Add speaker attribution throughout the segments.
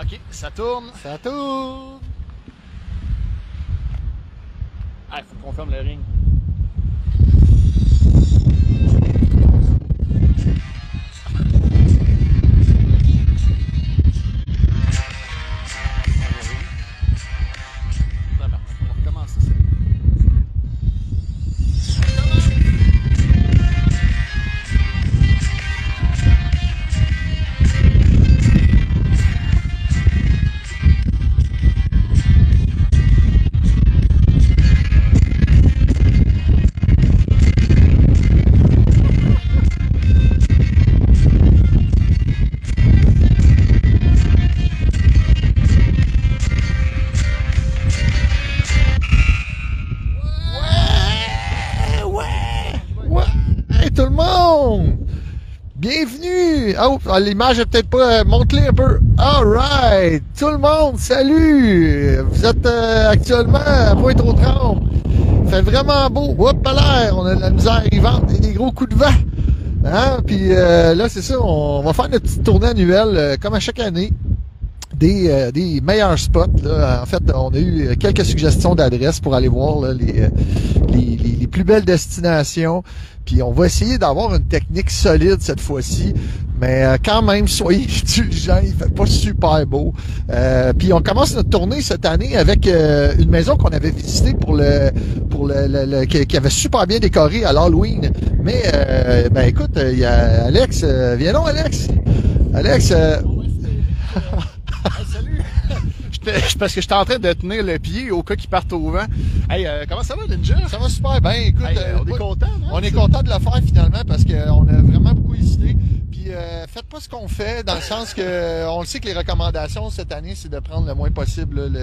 Speaker 1: Ok, ça tourne.
Speaker 2: Ça tourne.
Speaker 1: Ah, faut qu'on ferme le ring.
Speaker 2: Tabarnak, On va recommencer ça. Eh ouais! Ouais! Hey, tout le monde! Bienvenue! Ah, Oh, ah, l'image est peut-être pas. euh, Monte-les un peu. Alright! Tout le monde, salut! Vous êtes euh, actuellement à pointe aux trembles. Fait vraiment beau. Hop, à l'air! On a de la misère vivante et des gros coups de vent. Hein? Puis euh, là, c'est ça, on va faire notre petite tournée annuelle, euh, comme à chaque année des, euh, des meilleurs spots. Là. En fait, on a eu euh, quelques suggestions d'adresses pour aller voir là, les, euh, les, les- les plus belles destinations. Puis on va essayer d'avoir une technique solide cette fois-ci. Mais euh, quand même, soyez indulgents, il fait pas super beau. Euh, puis on commence notre tournée cette année avec euh, une maison qu'on avait visitée pour le pour le, le- le- qui, qui avait super bien décoré à l'Halloween. Mais euh, ben écoute, euh, il y a Alex, euh, viens donc Alex. Alex, euh,
Speaker 1: salut! Parce que j'étais en train de tenir le pied au cas qu'il parte au vent. Hey, euh, comment ça va, Ninja?
Speaker 2: Ça va super bien. Écoute,
Speaker 1: Hey, euh, on est
Speaker 2: moi,
Speaker 1: content, hein?
Speaker 2: On est content de le faire finalement parce qu'on a vraiment beaucoup hésité. Puis euh, faites pas ce qu'on fait dans le sens que euh, on le sait que les recommandations cette année c'est de prendre le moins possible là, le,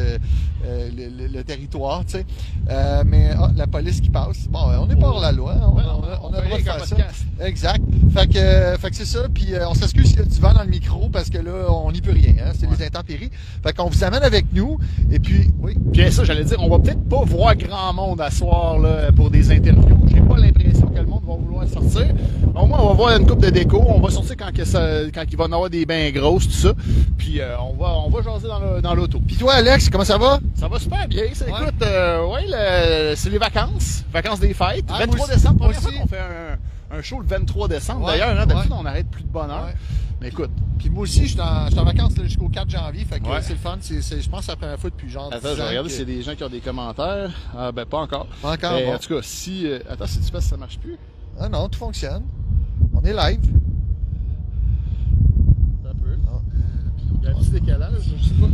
Speaker 2: euh, le, le- le territoire, tu sais. Euh, mais ah, la police qui passe. Bon, euh, on n'est pas hors la loi. On,
Speaker 1: Ouais, non,
Speaker 2: on a- on a
Speaker 1: on
Speaker 2: le droit
Speaker 1: fait
Speaker 2: de
Speaker 1: rien
Speaker 2: faire
Speaker 1: qu'un
Speaker 2: ça.
Speaker 1: podcast.
Speaker 2: Exact. Fait que, euh, fait que c'est ça. Puis euh, on s'excuse s'il y a du vent dans le micro parce que là on n'y peut rien. hein. C'est
Speaker 1: Ouais.
Speaker 2: des intempéries. Fait qu'on vous amène avec nous. Et puis oui.
Speaker 1: Puis ça, j'allais dire, on va peut-être pas voir grand monde à soir là, pour des interviews. J'ai pas l'impression que le monde va vouloir sortir. Au moins, on va voir une coupe de déco. On va sortir quand, que ça, quand il va en avoir des bains grosses, tout ça. Puis euh, on, va, on va jaser dans le- dans l'auto. Puis
Speaker 2: Puis toi Alex, comment ça va?
Speaker 1: ça va super bien. Ça,
Speaker 2: Ouais.
Speaker 1: Écoute, euh, ouais, le- c'est les vacances. Vacances des fêtes.
Speaker 2: Ah,
Speaker 1: 23
Speaker 2: moi aussi,
Speaker 1: décembre.
Speaker 2: moi
Speaker 1: Première fois
Speaker 2: aussi.
Speaker 1: qu'on fait un, un show le 23 décembre.
Speaker 2: Ouais,
Speaker 1: D'ailleurs, hein, d'habitude,
Speaker 2: ouais.
Speaker 1: on arrête plus de bonne heure.
Speaker 2: Ouais.
Speaker 1: Mais écoute,
Speaker 2: Puis moi aussi, je suis en, je suis en vacances là, jusqu'au 4 janvier, fait que
Speaker 1: Ouais.
Speaker 2: euh, c'est le fun. C'est, c'est- je pense que c'est la première fois depuis genre.
Speaker 1: Attends,
Speaker 2: 10
Speaker 1: je
Speaker 2: ans
Speaker 1: vais regarder
Speaker 2: que-
Speaker 1: s'il y a des gens qui ont des commentaires. Ah, ben, pas encore.
Speaker 2: Pas encore,
Speaker 1: Mais
Speaker 2: bon.
Speaker 1: En tout cas, si. euh, attends, si tu passes, ça marche plus.
Speaker 2: Ah non, tout fonctionne. On est live.
Speaker 1: Attends un peu.
Speaker 2: Ah.
Speaker 1: Il y a un petit décalage, je sais pas.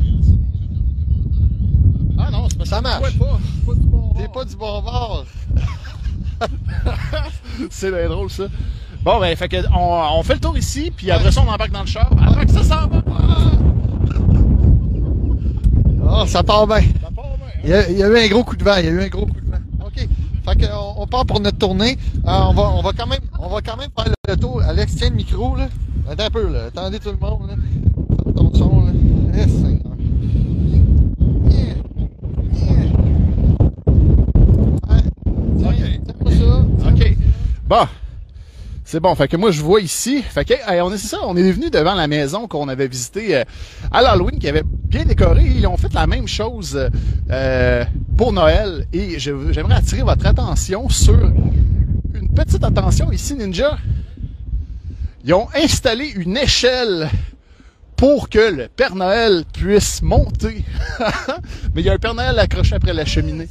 Speaker 1: Ah non, c'est parce
Speaker 2: Ça
Speaker 1: que
Speaker 2: marche.
Speaker 1: Je vois pas. Je suis pas du bon
Speaker 2: T'es
Speaker 1: bord.
Speaker 2: pas du bon bord.
Speaker 1: c'est bien drôle, ça. Bon, ben, fait que on, on fait le tour ici, puis après ça, on embarque dans le char. Après que ça, ça va. Ah!
Speaker 2: Oh, ça part bien.
Speaker 1: Ça part bien, hein?
Speaker 2: Il y, a, il y a eu un gros coup de vent. Il y a eu un gros coup de vent. OK. Fait que, on, on part pour notre tournée. Euh, on, va, on, va quand même, on va quand même faire le tour. Alex, tiens le micro, là. Attends un peu, là. Attendez tout le monde, là. Faites ton son, là. Eh, Seigneur. Yeah. Yeah. Ouais. Tiens, tiens pas Hein? ça. Tiens
Speaker 1: OK. Bon. C'est bon. Fait que moi, je vois ici. Fait que, hey, on est c'est ça. On est venu devant la maison qu'on avait visitée euh, à l'Halloween, qui avait bien décoré. Ils ont fait la même chose euh, euh, pour Noël. Et je- j'aimerais attirer votre attention sur une petite attention ici, Ninja. Ils ont installé une échelle pour que le Père Noël puisse monter. Mais il y a un Père Noël accroché après la cheminée.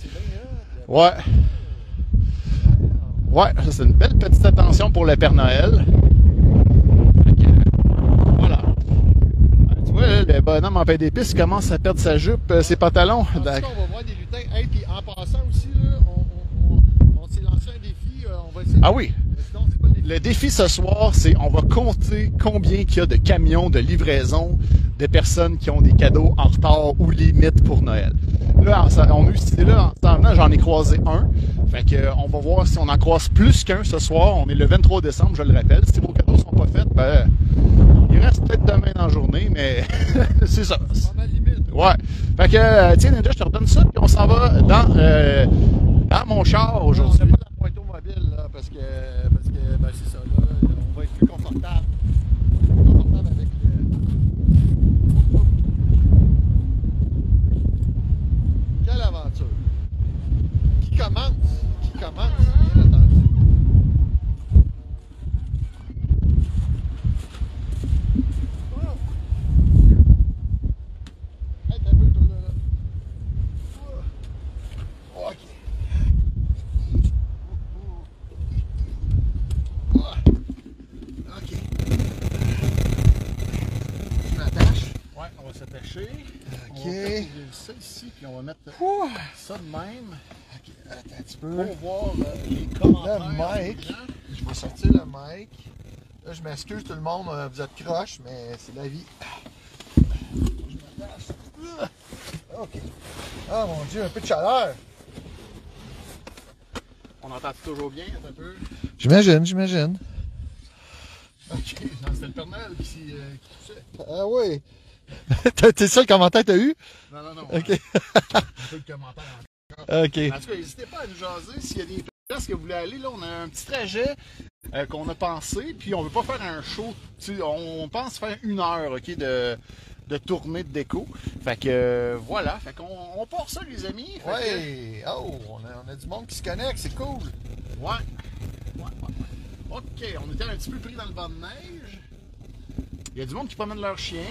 Speaker 1: Ouais. Ouais, ça c'est une belle petite attention pour le Père Noël. Fait que, euh, Voilà. Ah, Tu vois, là, le bonhomme en pain d'épices commence à perdre sa jupe, euh, ses pantalons.
Speaker 2: En tout cas,
Speaker 1: D'ac-
Speaker 2: on va voir des lutins. Hey, puis en passant aussi, là, on, on- on- on s'est lancé un défi. euh, on va essayer.
Speaker 1: Ah oui,
Speaker 2: Sinon, c'est pas le défi.
Speaker 1: le défi ce soir, c'est on va compter combien qu'il y a de camions de livraison de personnes qui ont des cadeaux en retard ou limite pour Noël. Là, en s'en- on a eu cette idée-là en s'en venant, j'en ai croisé un. Fait que, euh, on va voir si on en croise plus qu'un ce soir. On est le 23 décembre, je le rappelle. Si vos cadeaux sont pas faits, ben, il reste peut-être demain dans la journée, mais c'est ça.
Speaker 2: Pas mal limite.
Speaker 1: Ouais. Fait que, euh, tiens, Ninja, je te redonne ça, puis on s'en va dans, euh, dans mon char
Speaker 2: On n'a
Speaker 1: aujourd'hui.
Speaker 2: pas la pointe au mobile, là, parce que, parce que ben, c'est ça. Là, on va être plus confortable. Confortable avec le.
Speaker 1: On va s'attacher.
Speaker 2: Ok.
Speaker 1: On va mettre ça ici, puis on va mettre
Speaker 2: Ouh.
Speaker 1: ça de même
Speaker 2: Ok, attends un petit peu.
Speaker 1: pour voir euh, les commentaires.
Speaker 2: Le mic.
Speaker 1: dedans.
Speaker 2: Oh, Je vais sortir le mic. Là, je m'excuse tout le monde, euh, vous êtes croche, mais c'est la vie. Je m'attache. Ah, Ok. Ah mon dieu, un peu de chaleur.
Speaker 1: On entend toujours bien, attends un peu.
Speaker 2: J'imagine, j'imagine.
Speaker 1: Ok, non, c'était le Père Noël qui, s'y, euh, qui poussait.
Speaker 2: Ah oui. T'as- C'est ça le commentaire que t'as eu?
Speaker 1: Non, non, non.
Speaker 2: Ok.
Speaker 1: euh, un peu de commentaires encore.
Speaker 2: Ok.
Speaker 1: En tout cas, n'hésitez pas à nous jaser s'il y a des places que vous voulez aller. Là, on a un petit trajet euh, qu'on a pensé, puis on veut pas faire un show. Tu sais, on pense faire une heure ok, de, de tournée de déco. Fait que euh, voilà, fait qu'on on part ça, les amis. Fait que-
Speaker 2: Ouais. Oh, on a, on a du monde qui se connecte, c'est cool.
Speaker 1: ouais. Ouais, ouais, ouais. Ok, on était un petit peu pris dans le banc de neige. Il y a du monde qui promène leur chien.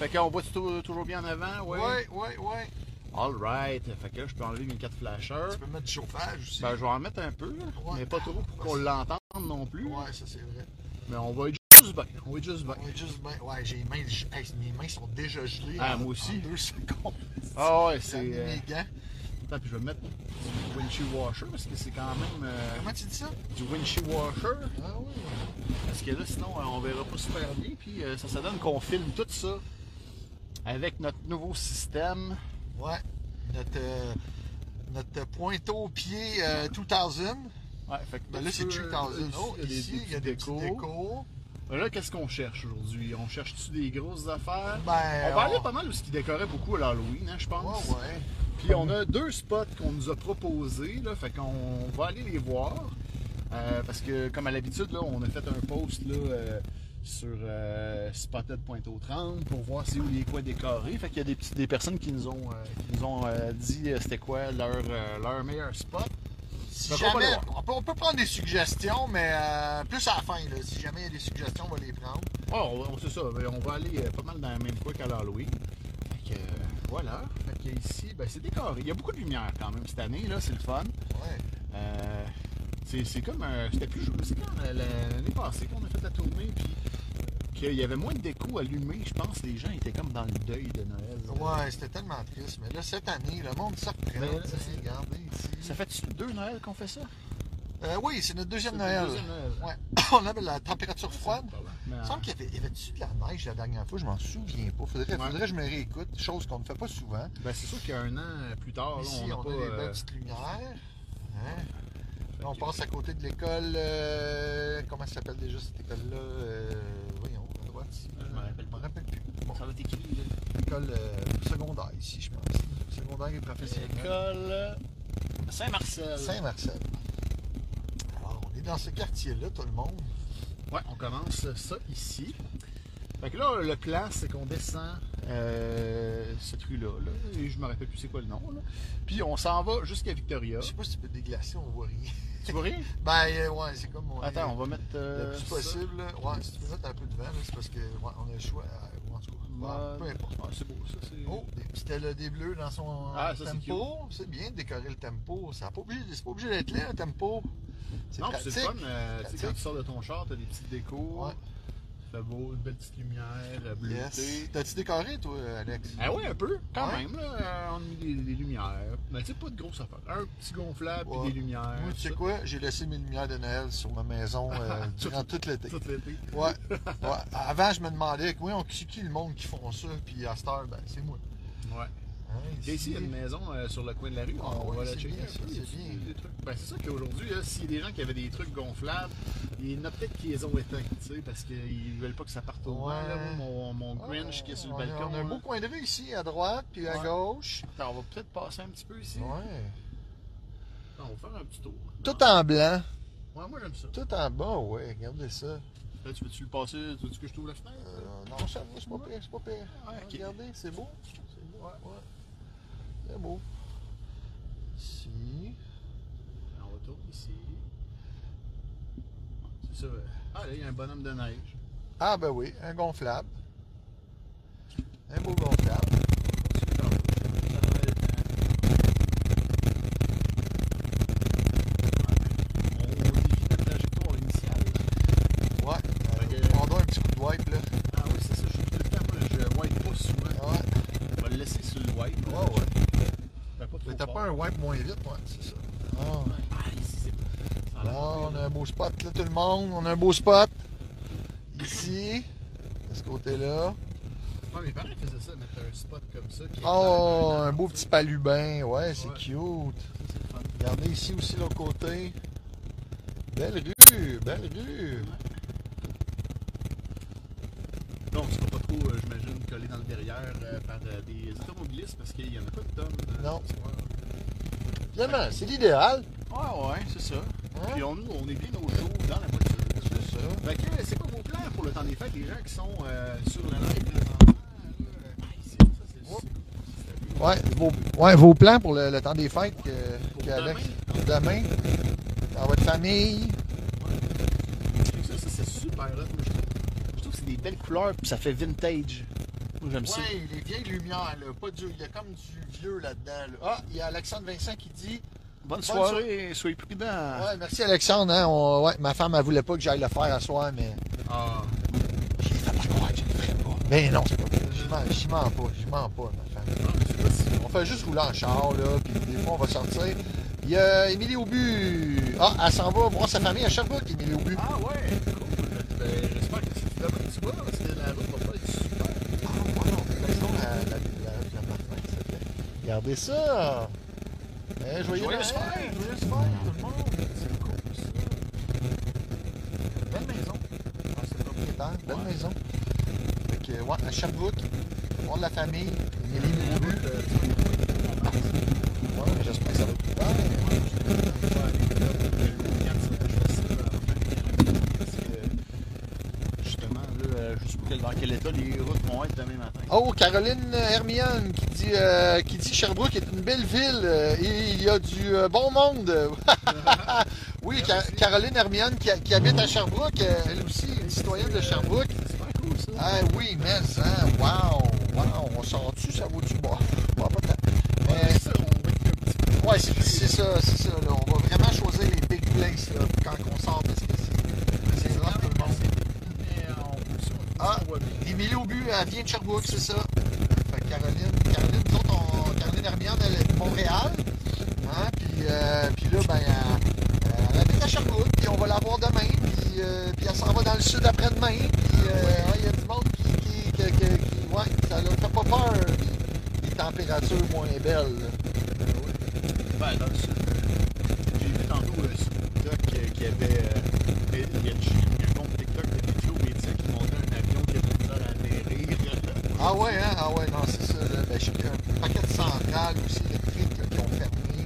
Speaker 1: Fait qu'on voit tout- toujours bien en avant, ouais.
Speaker 2: ouais, ouais.
Speaker 1: All right. Fait que là, je peux enlever mes quatre flashers.
Speaker 2: Tu peux mettre du chauffage aussi.
Speaker 1: Ben, je vais en mettre un peu, là,
Speaker 2: Ouais.
Speaker 1: mais pas trop pour qu'on l'entende non plus.
Speaker 2: ouais, ça c'est vrai.
Speaker 1: Mais on va être juste bien. On va être juste bien.
Speaker 2: Ouais, juste, ben, ouais, j'ai les mains, j- hey, mes mains sont déjà gelées.
Speaker 1: Ah,
Speaker 2: en-
Speaker 1: moi aussi.
Speaker 2: En deux secondes.
Speaker 1: Ah ouais,
Speaker 2: J'ai
Speaker 1: c'est.
Speaker 2: mis
Speaker 1: euh,
Speaker 2: mes gants.
Speaker 1: Attends, puis je vais mettre du windshield washer parce que c'est quand même euh,
Speaker 2: Comment tu dis ça?
Speaker 1: du windshield washer.
Speaker 2: Ah oui.
Speaker 1: Parce que là, sinon, euh, on verra pas super bien. Puis euh, ça, ça donne qu'on filme tout ça avec notre nouveau système.
Speaker 2: Ouais. Notre, euh, notre pointeau pied euh, 2000.
Speaker 1: Ouais, fait que
Speaker 2: Ben là, c'est
Speaker 1: tu peux,
Speaker 2: 3000.
Speaker 1: euh,
Speaker 2: Oh, ici, il y a des
Speaker 1: petits
Speaker 2: petits décos.
Speaker 1: Ben là, qu'est-ce qu'on cherche aujourd'hui On cherche-tu des grosses affaires
Speaker 2: Ben,
Speaker 1: On va aller
Speaker 2: on-
Speaker 1: pas mal où ce qui décorait beaucoup à l'Halloween, hein, je pense.
Speaker 2: Ouais, ouais.
Speaker 1: Puis on a deux spots qu'on nous a proposés, là, fait qu'on va aller les voir. Euh, parce que comme à l'habitude, là, on a fait un post là, euh, sur euh, spotted.autremble pour voir c'est où les quoi décorés. Fait qu'il y a des, petits- des personnes qui nous ont, euh, qui nous ont euh, dit euh, c'était quoi leur, euh, leur meilleur spot.
Speaker 2: Si
Speaker 1: Donc, on va
Speaker 2: jamais,
Speaker 1: le voir.
Speaker 2: on, peut, on peut prendre des suggestions, mais euh, plus à la fin. Là. Si jamais il y a des suggestions, on va les prendre.
Speaker 1: Oh, on, on- c'est ça, ben, on va aller euh, pas mal dans la même quoi qu'à l'Halloween. Fait que euh, voilà. Fait que ici, ben, c'est décoré. Il y a beaucoup de lumière quand même cette année, là, c'est le fun.
Speaker 2: Ouais.
Speaker 1: Euh, c'est c'est comme un- C'était plus. C'est quand la- la- l'année passée qu'on a fait la tournée, puis qu'il y avait moins de déco allumée, je pense. Les gens étaient comme dans le deuil de Noël.
Speaker 2: Ouais, c'était tellement triste. Mais là, cette année, le monde se reprend.
Speaker 1: Ben, là,
Speaker 2: tu sais,
Speaker 1: c'est-
Speaker 2: Regardez ici.
Speaker 1: Ça fait deux Noël qu'on fait ça?
Speaker 2: Euh, oui, c'est notre deuxième
Speaker 1: C'est notre
Speaker 2: Noël.
Speaker 1: deuxième Noël.
Speaker 2: Ouais. on avait la température froide.
Speaker 1: Mais,
Speaker 2: Il me semble qu'il y avait, il y avait-tu de la neige la dernière fois, je m'en souviens pas. Faudrait,
Speaker 1: Ouais.
Speaker 2: faudrait que je me réécoute, chose qu'on ne fait pas souvent.
Speaker 1: ben, c'est sûr qu'il y a un an plus tard, là,
Speaker 2: Ici,
Speaker 1: on
Speaker 2: on,
Speaker 1: n'a pas.
Speaker 2: a des belles
Speaker 1: euh,
Speaker 2: petites lumières. Hein? Là, on
Speaker 1: que-
Speaker 2: passe à côté de l'école. euh, comment ça s'appelle déjà cette école-là Euh, Voyons, à droite. ici.
Speaker 1: Je me rappelle
Speaker 2: Je me rappelle plus. Bon,
Speaker 1: Ça va être écrit, là.
Speaker 2: école euh, secondaire ici, je pense. Secondaire et professionnelle.
Speaker 1: École Euh, Saint-Marcel.
Speaker 2: Saint-Marcel. Alors, on est dans ce quartier-là, tout le monde.
Speaker 1: Ouais, on commence ça ici. Fait que là, le plan, c'est qu'on descend euh, cette rue-là. là, et je me rappelle plus c'est quoi le nom. là. Puis on s'en va jusqu'à Victoria.
Speaker 2: Je sais pas si tu peux déglacer, on voit rien.
Speaker 1: Tu vois rien?
Speaker 2: Ben, euh, ouais, c'est comme. on est-
Speaker 1: Attends, on va mettre. euh,
Speaker 2: Le plus
Speaker 1: ça.
Speaker 2: possible, là. Ouais, si tu veux mettre un peu de vent, là, c'est parce que ouais, on a le choix. euh, en tout cas, ouais,
Speaker 1: Mode.
Speaker 2: peu importe.
Speaker 1: Ah, c'est beau, ça. c'est-
Speaker 2: Oh, des petits telas des bleus dans son euh,
Speaker 1: Ah, ça, c'est
Speaker 2: tempo. C'est bien de décorer le tempo. Ça a pas obligé, c'est pas obligé d'être laid, un tempo. C'est
Speaker 1: non, puis
Speaker 2: pratique.
Speaker 1: c'est le fun. euh, tu sais, quand
Speaker 2: Pratique.
Speaker 1: tu sors de ton char, t'as des petites décos.
Speaker 2: Ouais.
Speaker 1: Fait beau, une belle petite lumière euh, bleutée.
Speaker 2: Yes. T'as-tu décoré, toi, Alex?
Speaker 1: Ah ouais, un peu, quand
Speaker 2: Ouais.
Speaker 1: même. Là, Euh, on a mis des, des lumières. Mais tu sais, pas de grosse affaire. Un petit gonflable,
Speaker 2: Ouais.
Speaker 1: puis des lumières.
Speaker 2: Moi, tu sais
Speaker 1: ça.
Speaker 2: quoi? J'ai laissé mes lumières de Noël sur ma maison euh, durant tout l'été.
Speaker 1: Tout l'été.
Speaker 2: Ouais. ouais. Avant, je me demandais, oui, on c'est qui le monde qui font ça? Puis à cette heure, ben, c'est moi.
Speaker 1: Ouais.
Speaker 2: Hein,
Speaker 1: Et ici, il y a une maison euh, sur le coin de la rue.
Speaker 2: Ah
Speaker 1: on
Speaker 2: ouais,
Speaker 1: va la
Speaker 2: c'est
Speaker 1: checker.
Speaker 2: bien,
Speaker 1: un
Speaker 2: ça,
Speaker 1: peu.
Speaker 2: c'est
Speaker 1: Y a-tu
Speaker 2: bien.
Speaker 1: des trucs? Ben, c'est ça qu'aujourd'hui, là, s'il y a des gens qui avaient des trucs gonflables, il y en a peut-être qui les ont éteints, tu sais, parce qu'ils veulent pas que ça parte au vent.
Speaker 2: Ouais.
Speaker 1: là. Moi, Mon, mon Grinch qui est sur le
Speaker 2: On a-
Speaker 1: balcon.
Speaker 2: Ah, On a un
Speaker 1: là.
Speaker 2: beau coin de rue ici, à droite, puis à
Speaker 1: Ouais.
Speaker 2: gauche.
Speaker 1: Attends, on va peut-être passer un petit peu ici.
Speaker 2: Ouais.
Speaker 1: Attends, Ah, on va faire un petit tour. Ah,
Speaker 2: Tout en blanc.
Speaker 1: Ouais, moi j'aime ça.
Speaker 2: Tout en bas, ouais, regardez ça.
Speaker 1: Là, tu veux-tu le passer Tu veux que je t'ouvre la fenêtre
Speaker 2: Euh, non, ça va, c'est pas pire, c'est pas pire.
Speaker 1: Ouais, ok.
Speaker 2: Regardez, c'est beau. C'est beau, ouais, ouais. C'est beau. Ici.
Speaker 1: On retourne ici. C'est ça. euh. Ah, là, il y a un bonhomme de neige.
Speaker 2: Ah ben oui, un gonflable. Un beau gonflable.
Speaker 1: Ah, Fait
Speaker 2: Ouais. euh,
Speaker 1: que-
Speaker 2: on donne un petit coup de wipe là.
Speaker 1: Ah oui, c'est ça, je suis tout le temps, moi, je wipe pas souvent.
Speaker 2: Ouais. un wipe moins vite, ouais, c'est ça. Ah, ouais. Bon, on a un beau spot là, tout le monde. On a un beau spot. Ici, de ce côté-là.
Speaker 1: Ouais, mes parents faisaient ça, mettre un spot comme ça. Qui est
Speaker 2: Oh,
Speaker 1: dans- dans-
Speaker 2: un beau petit palubin. Ouais, c'est
Speaker 1: Ouais.
Speaker 2: cute.
Speaker 1: Ça, c'est le fun.
Speaker 2: Regardez ici aussi l'autre côté. Belle rue, belle rue.
Speaker 1: Non, on ne sera pas trop, euh, j'imagine, collé dans le derrière euh, par euh, des automobilistes parce qu'il n'y en a pas de tonnes. euh,
Speaker 2: Non.
Speaker 1: ce soir.
Speaker 2: Finalement, c'est l'idéal.
Speaker 1: Ah Ouais, ouais, c'est ça.
Speaker 2: Hein?
Speaker 1: Puis on, on évite nos jours dans la voiture.
Speaker 2: C'est ça.
Speaker 1: Fait que, euh, c'est quoi vos plans pour le temps des fêtes, les gens qui sont euh, sur le live présentement? Ah, là, euh, ah, ici, ça, c'est-
Speaker 2: Oups.
Speaker 1: c'est-
Speaker 2: Ouais, vos, ouais, vos plans pour le, le temps des fêtes que,
Speaker 1: Pour
Speaker 2: qu'Alex-
Speaker 1: demain.
Speaker 2: demain, dans votre famille.
Speaker 1: Ça, ça, c'est super hot. Moi, je, trouve, je trouve que c'est des belles couleurs puis ça fait vintage. Moi, j'aime ça.
Speaker 2: Oui, les vieilles lumières, là, pas du, il y a comme du vieux là-dedans. là. Ah, il y a Alexandre Vincent qui dit
Speaker 1: Bonne soirée, soyez prudents.
Speaker 2: Ouais, merci Alexandre. hein, on- ouais, ma femme, elle voulait pas que j'aille le faire à soir, mais.
Speaker 1: Ah.
Speaker 2: Je l'ai fait pas croire que je le ferais pas. Mais non, c'est pas vrai. J'y mens, j'y mens pas, j'y mens pas, ma femme.
Speaker 1: Ah, je sais pas si-
Speaker 2: On fait juste rouler en char, là, puis des fois, on va sortir. Il y a Émilie Aubu. Ah, elle s'en va voir sa famille à Sherbrooke, Émilie Aubu.
Speaker 1: Ah ouais, cool. Ben, j'espère que c'est demain que tu vois, parce que la route va pas être super.
Speaker 2: Ah, ouais, non, mais laisse donc Euh, la- la- la- la Martin, s'il te plaît. Regardez ça! Eh, joyeux
Speaker 1: Joyeux
Speaker 2: Noël!
Speaker 1: fête!
Speaker 2: Joyeuses fêtes, tout le monde!
Speaker 1: C'est cool, ça. Belle maison.
Speaker 2: Ah, c'est le propriétaire, belle maison. Fait que, ouais, à Sherbrooke, voir de la famille, il y a les
Speaker 1: La
Speaker 2: nouveaux buts.
Speaker 1: route, euh, tu vois, il y a pas de gros parcs.
Speaker 2: Ouais, mais j'espère que ça va être ouvert.
Speaker 1: Ouais, je trouve que ça va aller là. Le gros camp, c'est pas facile à faire. Parce que, justement, là, euh, je sais pas quel- dans quel état les routes vont être demain matin.
Speaker 2: Oh, Caroline Hermione qui dit, euh, qui dit Sherbrooke est une belle ville euh, et il y a du euh, bon monde. oui, Ca- Caroline Hermione qui, qui habite à Sherbrooke, euh, elle aussi, une citoyenne de Sherbrooke.
Speaker 1: C'est super cool, ça.
Speaker 2: Ah oui, mais hein, wow, wow, on sort-tu, ça vaut-tu bon? Bon, pas tant.
Speaker 1: Ouais,
Speaker 2: Mais,
Speaker 1: ça, on va être un petit peu-
Speaker 2: ouais, c'est c'est ça, c'est ça. là. On va vraiment choisir les big places là, quand on sort parce que c'est- c'est rare tout le monde.
Speaker 1: Mais euh, on peut aussi, on-
Speaker 2: Ah,
Speaker 1: on voit bien.
Speaker 2: Émilie Aubu, elle vient de Sherbrooke, c'est ça. Fait que Caroline, Caroline, nous autres, on, Caroline Hermione, elle est de Montréal. Hein, puis, euh, puis là, ben, elle, elle habite à Sherbrooke, puis on va la voir demain. Puis, euh, puis elle s'en va dans le sud après-demain. Puis euh, ouais, il y a du monde qui, qui, que- que- qui- ouais, ça leur fait pas peur. Les températures moins belles. là.
Speaker 1: Ben, dans le sud, euh, j'ai vu tantôt euh, sur TikTok euh, qu'il y avait. euh, des- il y a du- il y a un compte TikTok de Météo Média qui montait un avion qui avait de à atterrir.
Speaker 2: Ah ouais, hein? Ah ouais, non, c'est ça. Là. Ben, je sais qu'il y a un paquet de centrales aussi électriques là, qui ont fermé.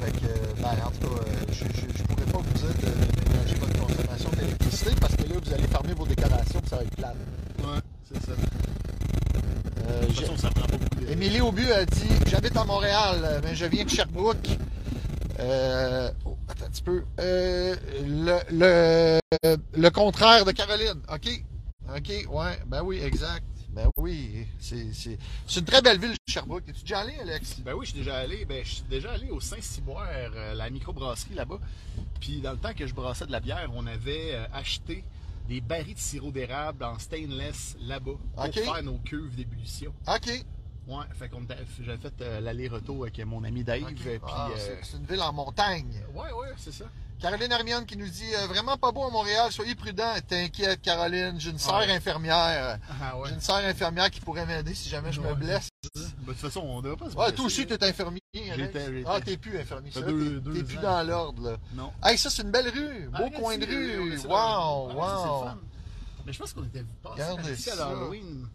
Speaker 2: Fait que, euh, ben, en tout cas, euh, je, je, je pourrais pas vous dire de de ménager votre consommation d'électricité parce que là, vous allez fermer vos déclarations puis ça va être plate.
Speaker 1: Ouais, c'est ça.
Speaker 2: Euh,
Speaker 1: De toute
Speaker 2: j'ai-
Speaker 1: façon, ça prend pas beaucoup de.
Speaker 2: Émilie Aubu a dit J'habite à Montréal, mais je viens de Sherbrooke. Euh, oh, attends un petit peu. Euh, le, le, le contraire de Caroline. OK. OK, ouais. Ben oui, exact. Ben oui. C'est c'est- c'est une très belle ville, Sherbrooke. Es-tu déjà allé, Alex?
Speaker 1: Ben oui, je suis déjà allé. Ben, je suis déjà allé au Saint-Cyboire, euh, la microbrasserie là-bas. Puis dans le temps que je brassais de la bière, on avait euh, acheté des barils de sirop d'érable en stainless là-bas pour
Speaker 2: Ok.
Speaker 1: faire nos cuves d'ébullition.
Speaker 2: OK.
Speaker 1: Ouais, fait qu'on était- j'avais fait euh, l'aller-retour avec mon ami Dave.
Speaker 2: Ok.
Speaker 1: euh, Puis,
Speaker 2: Ah,
Speaker 1: euh,
Speaker 2: c'est- C'est une ville en montagne.
Speaker 1: ouais, ouais, c'est ça.
Speaker 2: Caroline Hermione qui nous dit euh, Vraiment pas beau à Montréal, soyez prudents. T'inquiète, Caroline. J'ai une sœur
Speaker 1: Ouais.
Speaker 2: infirmière.
Speaker 1: Ah
Speaker 2: J'ai une sœur infirmière qui pourrait m'aider si jamais je me
Speaker 1: Ouais.
Speaker 2: blesse.
Speaker 1: Ben, de toute façon, on devrait pas se
Speaker 2: Ouais,
Speaker 1: blesser,
Speaker 2: toi aussi,
Speaker 1: là.
Speaker 2: t'es infirmier. Alex.
Speaker 1: J'étais- j'étais.
Speaker 2: Ah, t'es plus infirmier.
Speaker 1: Ça
Speaker 2: ça,
Speaker 1: fait deux-
Speaker 2: T'es
Speaker 1: deux
Speaker 2: t'es plus
Speaker 1: ans.
Speaker 2: dans l'ordre, là.
Speaker 1: Non.
Speaker 2: Hey, ça, c'est une belle rue.
Speaker 1: Ah,
Speaker 2: Beau
Speaker 1: regarde,
Speaker 2: coin de
Speaker 1: c'est- on
Speaker 2: rue.
Speaker 1: est sur
Speaker 2: Wow,
Speaker 1: la- Ah, c'est le
Speaker 2: wow.
Speaker 1: fun. Mais je pense qu'on était passé
Speaker 2: Regardez
Speaker 1: par ici à
Speaker 2: ça.
Speaker 1: l'Halloween.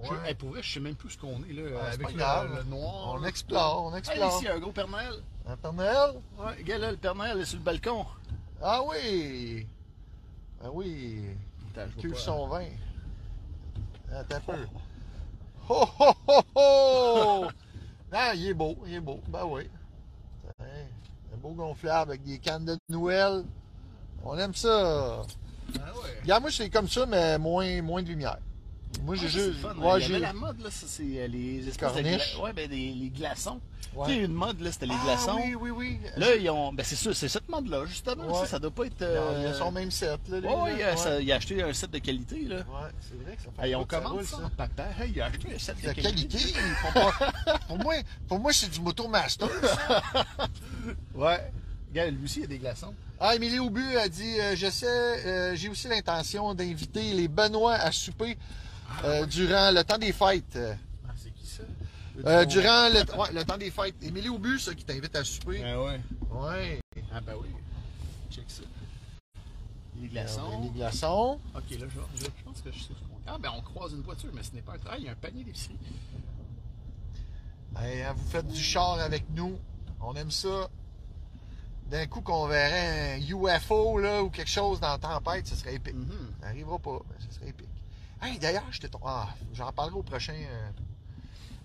Speaker 1: Je-
Speaker 2: Ouais.
Speaker 1: hey, pour vrai, je sais même plus ce qu'on est, là, euh,
Speaker 2: Ah, c'est
Speaker 1: avec
Speaker 2: pas
Speaker 1: le,
Speaker 2: grave.
Speaker 1: le noir.
Speaker 2: On
Speaker 1: là.
Speaker 2: explore, on
Speaker 1: Hey,
Speaker 2: explore.
Speaker 1: ici, il y a un gros Père Noël.
Speaker 2: Un Père Noël?
Speaker 1: Ouais, regarde là, le Père Noël est sur le balcon.
Speaker 2: Ah oui. Ah oui.
Speaker 1: Attends, Ah, je vois
Speaker 2: Cuve
Speaker 1: pas. Oh.
Speaker 2: son vin. Attends un peu. Ho, ho, ho, ho! non, il est beau, il est beau. Ben oui. Hey, un beau gonflable avec des cannes de Noël. On aime
Speaker 1: Ah
Speaker 2: ça.
Speaker 1: ouais. Ah,
Speaker 2: Regarde, moi, c'est comme ça, mais moins, moins de lumière. Moi, j'ai
Speaker 1: Ouais, ça, c'est le
Speaker 2: juste.
Speaker 1: fun, hein.
Speaker 2: ouais,
Speaker 1: Il y
Speaker 2: j'ai.
Speaker 1: avait la mode, là, ça, c'est euh, les espèces de
Speaker 2: corniches.
Speaker 1: gla- ouais, ben, des- les glaçons.
Speaker 2: Ouais.
Speaker 1: Tu sais, une mode, là, c'était les
Speaker 2: Ah,
Speaker 1: glaçons.
Speaker 2: Oui, oui, oui.
Speaker 1: Là, ils ont. Ben, c'est ça, c'est cette mode-là, justement.
Speaker 2: Ouais.
Speaker 1: Ça, ça doit pas être.
Speaker 2: Ils
Speaker 1: euh,
Speaker 2: ont- Ils ont son même set, là. les
Speaker 1: Ouais, ouais,
Speaker 2: gars.
Speaker 1: il a, ça- il a acheté un set de qualité, là.
Speaker 2: Ouais, c'est vrai que ça fait
Speaker 1: Hey,
Speaker 2: pas
Speaker 1: Ah, on
Speaker 2: que ça
Speaker 1: commence
Speaker 2: roule,
Speaker 1: ça, en papa. Hey, il a acheté un set de,
Speaker 2: La
Speaker 1: qualité.
Speaker 2: qualité, ils font pas- pour moi, pour moi c'est du moto master.
Speaker 1: Ouais. Regarde, lui aussi, il y a des glaçons.
Speaker 2: Ah, Émilie Aubu a dit euh, Je sais, euh, j'ai aussi l'intention d'inviter les Benoît à souper euh, durant le temps des fêtes. Euh,
Speaker 1: Ah, c'est qui ça?
Speaker 2: euh, durant le, ouais, le temps des fêtes. Émilie Aubu, ça, qui t'invite à souper.
Speaker 1: Ah, ouais.
Speaker 2: Ouais.
Speaker 1: Ah, ben oui. Check ça. Les
Speaker 2: Alors,
Speaker 1: glaçons.
Speaker 2: Émilie Glaçon.
Speaker 1: Ok, là, je, je- je pense que je sais ce qu'on. Ah, ben, on croise une voiture, mais ce n'est pas un travail. Il y a un panier d'épicerie.
Speaker 2: Hey, hein, vous faites du char avec nous. On aime ça. D'un coup qu'on verrait un UFO là, ou quelque chose dans la tempête, ce serait épique.
Speaker 1: Mhm.
Speaker 2: Ça n'arrivera pas, mais ce serait épique. Hey, d'ailleurs, j'étais ton- Ah, j'en parlerai au prochain. euh.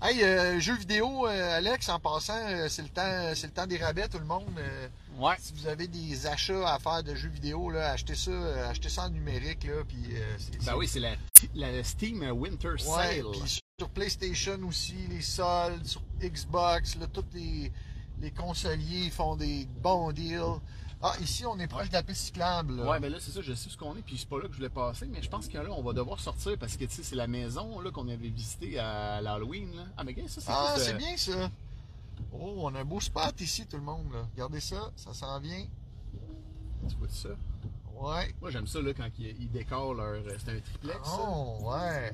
Speaker 2: Hey, euh, jeux vidéo, euh, Alex, en passant, euh, c'est le temps, c'est le temps des rabais, tout le monde. Euh,
Speaker 1: Ouais.
Speaker 2: si vous avez des achats à faire de jeux vidéo, là, achetez ça, euh, achetez ça en numérique, là, puis euh, c'est- c'est-
Speaker 1: Ben oui, c'est la, la Steam Winter
Speaker 2: Ouais,
Speaker 1: Sale.
Speaker 2: puis sur PlayStation aussi, les soldes, sur Xbox, là, tous les, les consoliers font des bons deals. Ah, ici, on est proche de la piste cyclable. là.
Speaker 1: Ouais, mais là, c'est ça, je sais où ce qu'on est, puis c'est pas là que je voulais passer, mais je pense que là, on va devoir sortir parce que, tu sais, c'est la maison là, qu'on avait visitée à l'Halloween. Là. Ah, mais gars, ça, c'est
Speaker 2: ah,
Speaker 1: tout, euh,
Speaker 2: c'est bien ça. Oh, on a un beau spot ici, tout le monde. Là. Regardez ça, ça s'en vient.
Speaker 1: Tu vois ça?
Speaker 2: Ouais.
Speaker 1: Moi, j'aime ça, là, quand ils, ils décorent leur. euh, C'est un triplex, ça.
Speaker 2: Oh, ouais.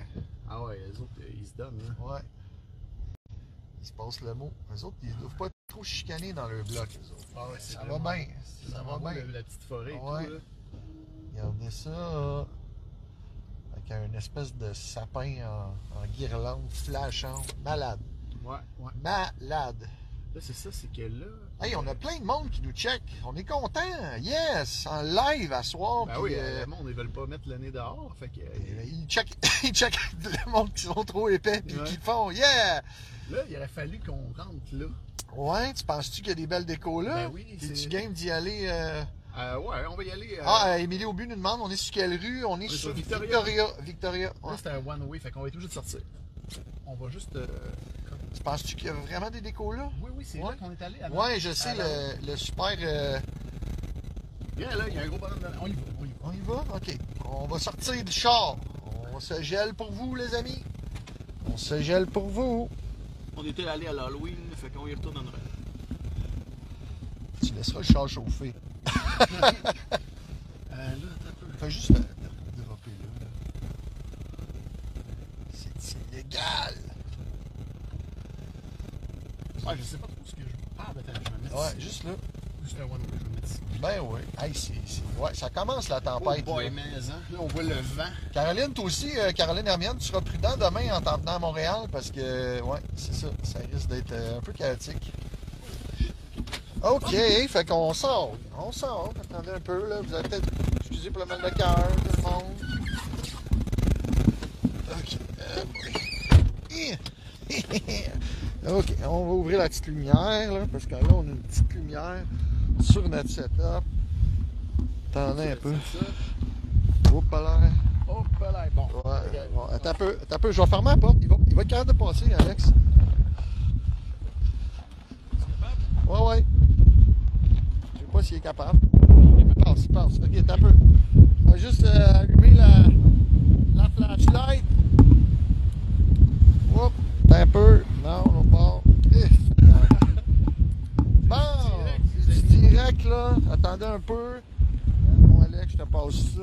Speaker 1: Ah, ouais, les autres, euh, ils se donnent, là.
Speaker 2: Ouais. Ils se passent le mot. Les autres, ils doivent pas trop chicaner dans leur bloc. eux autres.
Speaker 1: Ah, ouais, c'est
Speaker 2: Ça va
Speaker 1: vraiment-
Speaker 2: bien.
Speaker 1: c'est
Speaker 2: Ça va
Speaker 1: vraiment
Speaker 2: bien.
Speaker 1: beau, La, la petite forêt et
Speaker 2: Ouais.
Speaker 1: tout, là.
Speaker 2: Regardez ça. Avec un espèce de sapin en, en guirlande flashante. Malade.
Speaker 1: Ouais, ouais.
Speaker 2: Malade.
Speaker 1: Là, c'est ça, c'est que là.
Speaker 2: Hey, on a plein de monde qui nous check. On est content. Yes, en live à soir.
Speaker 1: Ben
Speaker 2: puis,
Speaker 1: oui,
Speaker 2: euh,
Speaker 1: euh, le monde, ils veulent pas mettre le nez dehors, fait que.
Speaker 2: Euh,
Speaker 1: euh,
Speaker 2: Ils checkent ils check le monde qui sont trop épais puis
Speaker 1: Ouais.
Speaker 2: qui font yeah!
Speaker 1: Là, il aurait fallu qu'on rentre, là.
Speaker 2: Ouais, tu penses-tu qu'il y a des belles décos là?
Speaker 1: Ben oui,
Speaker 2: T'es-tu
Speaker 1: c'est-
Speaker 2: game d'y aller? euh?
Speaker 1: Euh, ouais, on va y aller. euh,
Speaker 2: Ah, euh, Émilie Aubu nous demande on est sur quelle rue? On est,
Speaker 1: est
Speaker 2: sur
Speaker 1: sur
Speaker 2: Victoria.
Speaker 1: Victoria.
Speaker 2: Victoria. Ouais.
Speaker 1: Là, c'est un one-way, fait qu'on va être obligé de sortir. On va juste. euh, comme-
Speaker 2: Tu penses-tu qu'il y a vraiment des décos là?
Speaker 1: Oui, oui, c'est
Speaker 2: Ouais.
Speaker 1: là qu'on est allé. avant.
Speaker 2: Ouais, je sais,
Speaker 1: Alors,
Speaker 2: le, le super. euh,
Speaker 1: Viens là, il y a un gros bonhomme de On y va, on y va.
Speaker 2: On y va? OK. On va sortir du char. On se gèle pour vous, les amis. On se gèle pour vous.
Speaker 1: On était allé à l'Halloween, fait qu'on y retourne en Noël.
Speaker 2: Tu laisseras le char chauffer.
Speaker 1: Euh, là, attends un peu.
Speaker 2: Fais juste le- le dropper là. C'est illégal.
Speaker 1: Ouais, je sais pas trop ce que je. Ah, ben, attends, je vais me mettre.
Speaker 2: Ouais,
Speaker 1: ici.
Speaker 2: juste là.
Speaker 1: Juste un one-way, je vais me mettre ici.
Speaker 2: Ben oui. Hey, c'est, c'est- Ouais, ça commence la
Speaker 1: Oh
Speaker 2: tempête.
Speaker 1: boy,
Speaker 2: là.
Speaker 1: mais, hein. Là, on voit le vent.
Speaker 2: Caroline, toi aussi, euh, Caroline Hermione, tu seras prudent demain en t'en venant à Montréal parce que, euh, ouais, c'est ça. Ça risque d'être euh, un peu chaotique. OK, fait qu'on sort. On sort. Attendez un peu, là. Vous allez peut-être. Excusez pour le mal de cœur, tout le monde. OK. Euh, Hi! Hi, hi, hi. OK, on va ouvrir la petite lumière, là, parce que là, on a une petite lumière sur notre setup. Attendez un peu.
Speaker 1: C'est ça. Oh,
Speaker 2: Oups, alors.
Speaker 1: Hop là, bon.
Speaker 2: Ouais,
Speaker 1: Regarde.
Speaker 2: ouais, attends un peu, attends un peu, je vais fermer la porte. Il va, il va être capable de passer, Alex. Ouais, ouais. Je sais pas s'il est capable. Il passe, il passe. Ok, attends un peu. On va juste euh, allumer la, la flashlight. Oups, attends un peu. Non, on part. Eh, Bon,
Speaker 1: C'est du
Speaker 2: c'est
Speaker 1: direct, les
Speaker 2: du direct là. Attendez un peu. Bon, Alex, je te passe ça.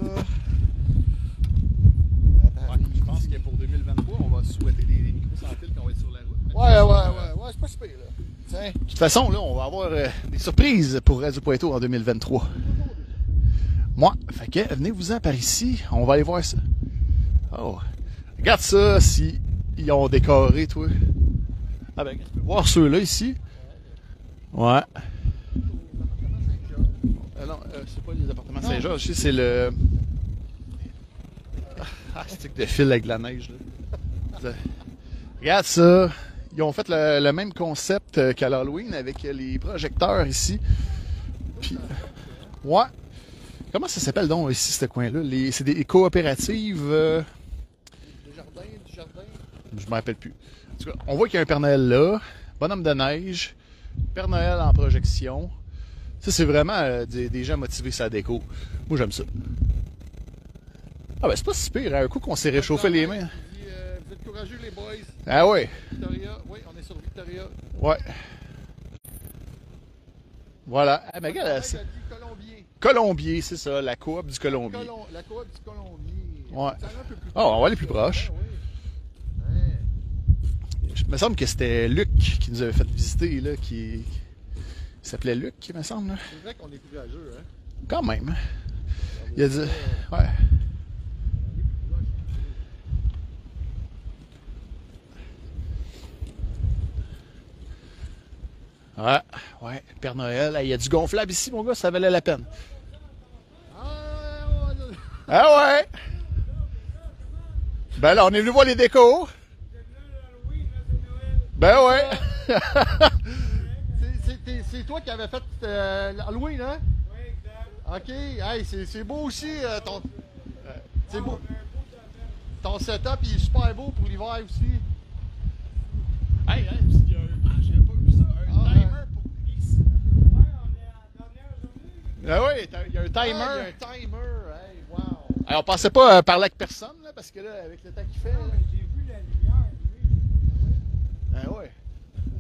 Speaker 2: Attends,
Speaker 1: Ouais, je pense que pour 2023, on va souhaiter des, des micros sans fil qu'on va être sur la route.
Speaker 2: Ouais, ouais, ouais, ouais, c'est pas super, là. Tiens.
Speaker 1: De toute façon, là, on va avoir euh, des surprises pour Radio Poitou en 2023. Moi, fait que venez-vous-en par ici, on va aller voir ça. Oh, regarde ça, si ils ont décoré, toi. Ah ben, tu peux voir ceux-là ici. Ouais. Euh, non, euh, c'est pas les appartements Saint-Georges, ici, c'est le. Ah, stick de fil avec de la neige, là. Ça- Regarde ça. Ils ont fait le, le même concept euh, qu'à l'Halloween avec euh, les projecteurs ici. Puis, ouais. Comment ça s'appelle donc ici, ce coin-là? Les- C'est des coopératives. euh,
Speaker 2: Déjà jardin, du jardin.
Speaker 1: Je me rappelle plus. En tout cas, on voit qu'il y a un Père Noël là, bonhomme de neige, Père Noël en projection. Ça, c'est vraiment euh, des, des gens motivés sa déco. Moi, j'aime ça. Ah ben, c'est pas si pire. hein. Un coup qu'on s'est réchauffé les mains.
Speaker 2: Puis, euh, vous êtes courageux, les boys.
Speaker 1: Ah ouais,
Speaker 2: Victoria, oui, on est sur Victoria.
Speaker 1: ouais. Voilà. Ah, mais regarde,
Speaker 2: Colombier.
Speaker 1: là, c'est- Colombier, c'est ça, la coop du Colombier.
Speaker 2: Colom- la coop du Colombier.
Speaker 1: Ouais.
Speaker 2: Ça va un peu plus
Speaker 1: Ah, on va aller plus proche.
Speaker 2: Ouais, ouais. Ouais.
Speaker 1: Il me semble que c'était Luc qui nous avait fait visiter, là, qui... Il s'appelait Luc, il me semble, là.
Speaker 2: C'est vrai qu'on est courageux, hein.
Speaker 1: Quand même. hein. Il a dit... Ouais. Ouais, ouais, Père Noël. Hey, Il y a du gonflable ici, mon gars, ça valait la peine.
Speaker 2: Ah, on va-
Speaker 1: Ah ouais! Ben là, on est venu voir les décos. Ben ouais!
Speaker 2: C'est- c'était- C'est toi qui avais fait euh, l'Halloween, hein? Ok, hey, c'est c'est beau aussi. euh, ton... C'est beau. Ton setup il est super beau pour l'hiver aussi.
Speaker 1: hey, hey, il y a un... Ah, j'avais pas vu ça, un
Speaker 2: Ah,
Speaker 1: timer
Speaker 2: ouais.
Speaker 1: pour ici. Ben ouais, t'as- il y a un
Speaker 2: Ah, il y a
Speaker 1: timer.
Speaker 2: un timer, hey, wow.
Speaker 1: Alors, on pensait pas euh, parler avec personne, là, parce que là, avec le temps qu'il fait, là... Ben ouais.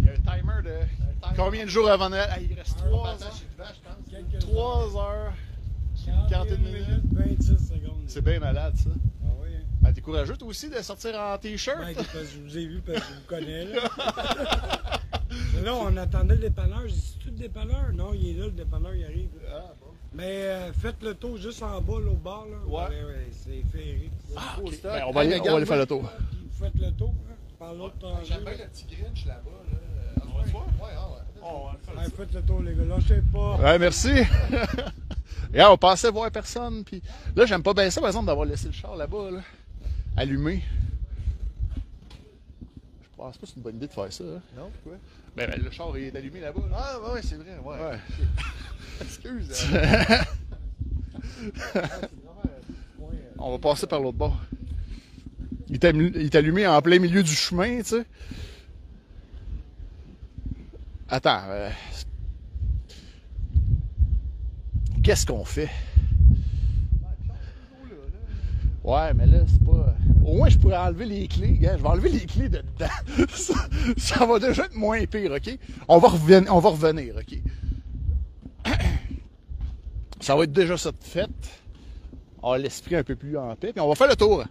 Speaker 1: Il y a un timer de...
Speaker 2: timer.
Speaker 1: Combien de jours avant Noël? Ah, il reste
Speaker 2: On
Speaker 1: 3
Speaker 2: partage chez Duvache, je pense.
Speaker 1: heures. 3 heures. 41 minutes,
Speaker 3: 26 secondes.
Speaker 1: C'est bien malade, ça.
Speaker 3: Ah oui. hein.
Speaker 1: Ah, t'es courageux, toi aussi, de sortir en T-shirt?
Speaker 3: Ben, parce que je vous ai vu parce que je vous connais. Là, là on attendait le dépanneur. J'ai dit, c'est tout le dépanneur? Non, il est là, le dépanneur, il arrive.
Speaker 2: Ah, bon.
Speaker 3: Mais euh, faites le tour juste en bas, là, au bar. Là.
Speaker 1: Ouais.
Speaker 3: c'est ferré.
Speaker 1: Ah,
Speaker 2: Gros
Speaker 1: ok.
Speaker 2: stock.
Speaker 1: Ben, on va
Speaker 2: Hey,
Speaker 1: aller, on va
Speaker 2: regarde,
Speaker 1: aller faire
Speaker 2: moi,
Speaker 1: le tour.
Speaker 3: Puis vous faites le tour, là, par l'autre tangent.
Speaker 2: J'aime bien
Speaker 3: là.
Speaker 2: le petit Grinch là-bas. Là.
Speaker 1: On va le voir?
Speaker 2: Ouais, ah, ouais.
Speaker 3: Ouais, faites le tour, les gars. Lâchez pas.
Speaker 1: Ouais, merci. Et on pensait voir personne. Puis là, j'aime pas bien ça, par exemple, d'avoir laissé le char là-bas, là, allumé. Je pense pas que c'est une bonne idée de faire ça. hein.
Speaker 2: Non, pourquoi?
Speaker 1: Ben, ben, le char il est allumé là-bas. là.
Speaker 2: Ah, ouais, c'est vrai, ouais.
Speaker 1: Ouais.
Speaker 2: Excuse. euh, c'est vraiment un petit point, euh,
Speaker 1: on va passer par l'autre bord. Il est allu- il est allumé en plein milieu du chemin, tu sais. Attends. euh, Qu'est-ce qu'on fait?
Speaker 2: gros, là, là.
Speaker 1: Ouais, mais là, c'est pas. Au moins, je pourrais enlever les clés, gars. Je vais enlever les clés de dedans. ça, ça va déjà être moins pire, OK? On va, reven- on va revenir, OK? ça va être déjà ça de fait. On a l'esprit un peu plus en paix, puis on va faire le tour.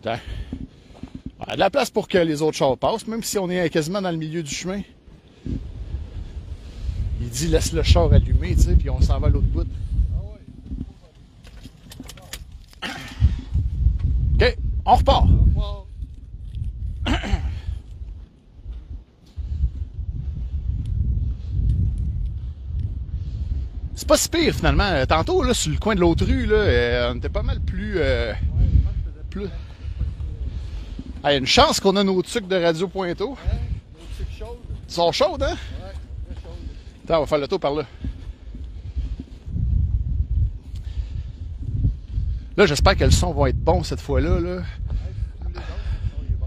Speaker 1: Attends. Ah, de la place pour que les autres chars passent, même si on est quasiment dans le milieu du chemin. Il dit laisse le char allumé, tu sais, puis on s'en va à l'autre bout. OK, on repart.
Speaker 2: Wow.
Speaker 1: C'est pas si pire finalement. Euh, Tantôt, là, sur le coin de l'autre rue, là, euh, on était pas mal plus. euh, plus... Ah, une chance qu'on a nos trucs de Radio Pointo.
Speaker 2: Hein? Nos trucs chauds,
Speaker 1: Ils sont chaudes, hein?
Speaker 2: ouais, très chauds.
Speaker 1: Attends, on va faire le tour par là. Là, j'espère que le son va être bon cette fois-là. Là.
Speaker 2: Hey, tous les autres, ils sont- ils sont bons.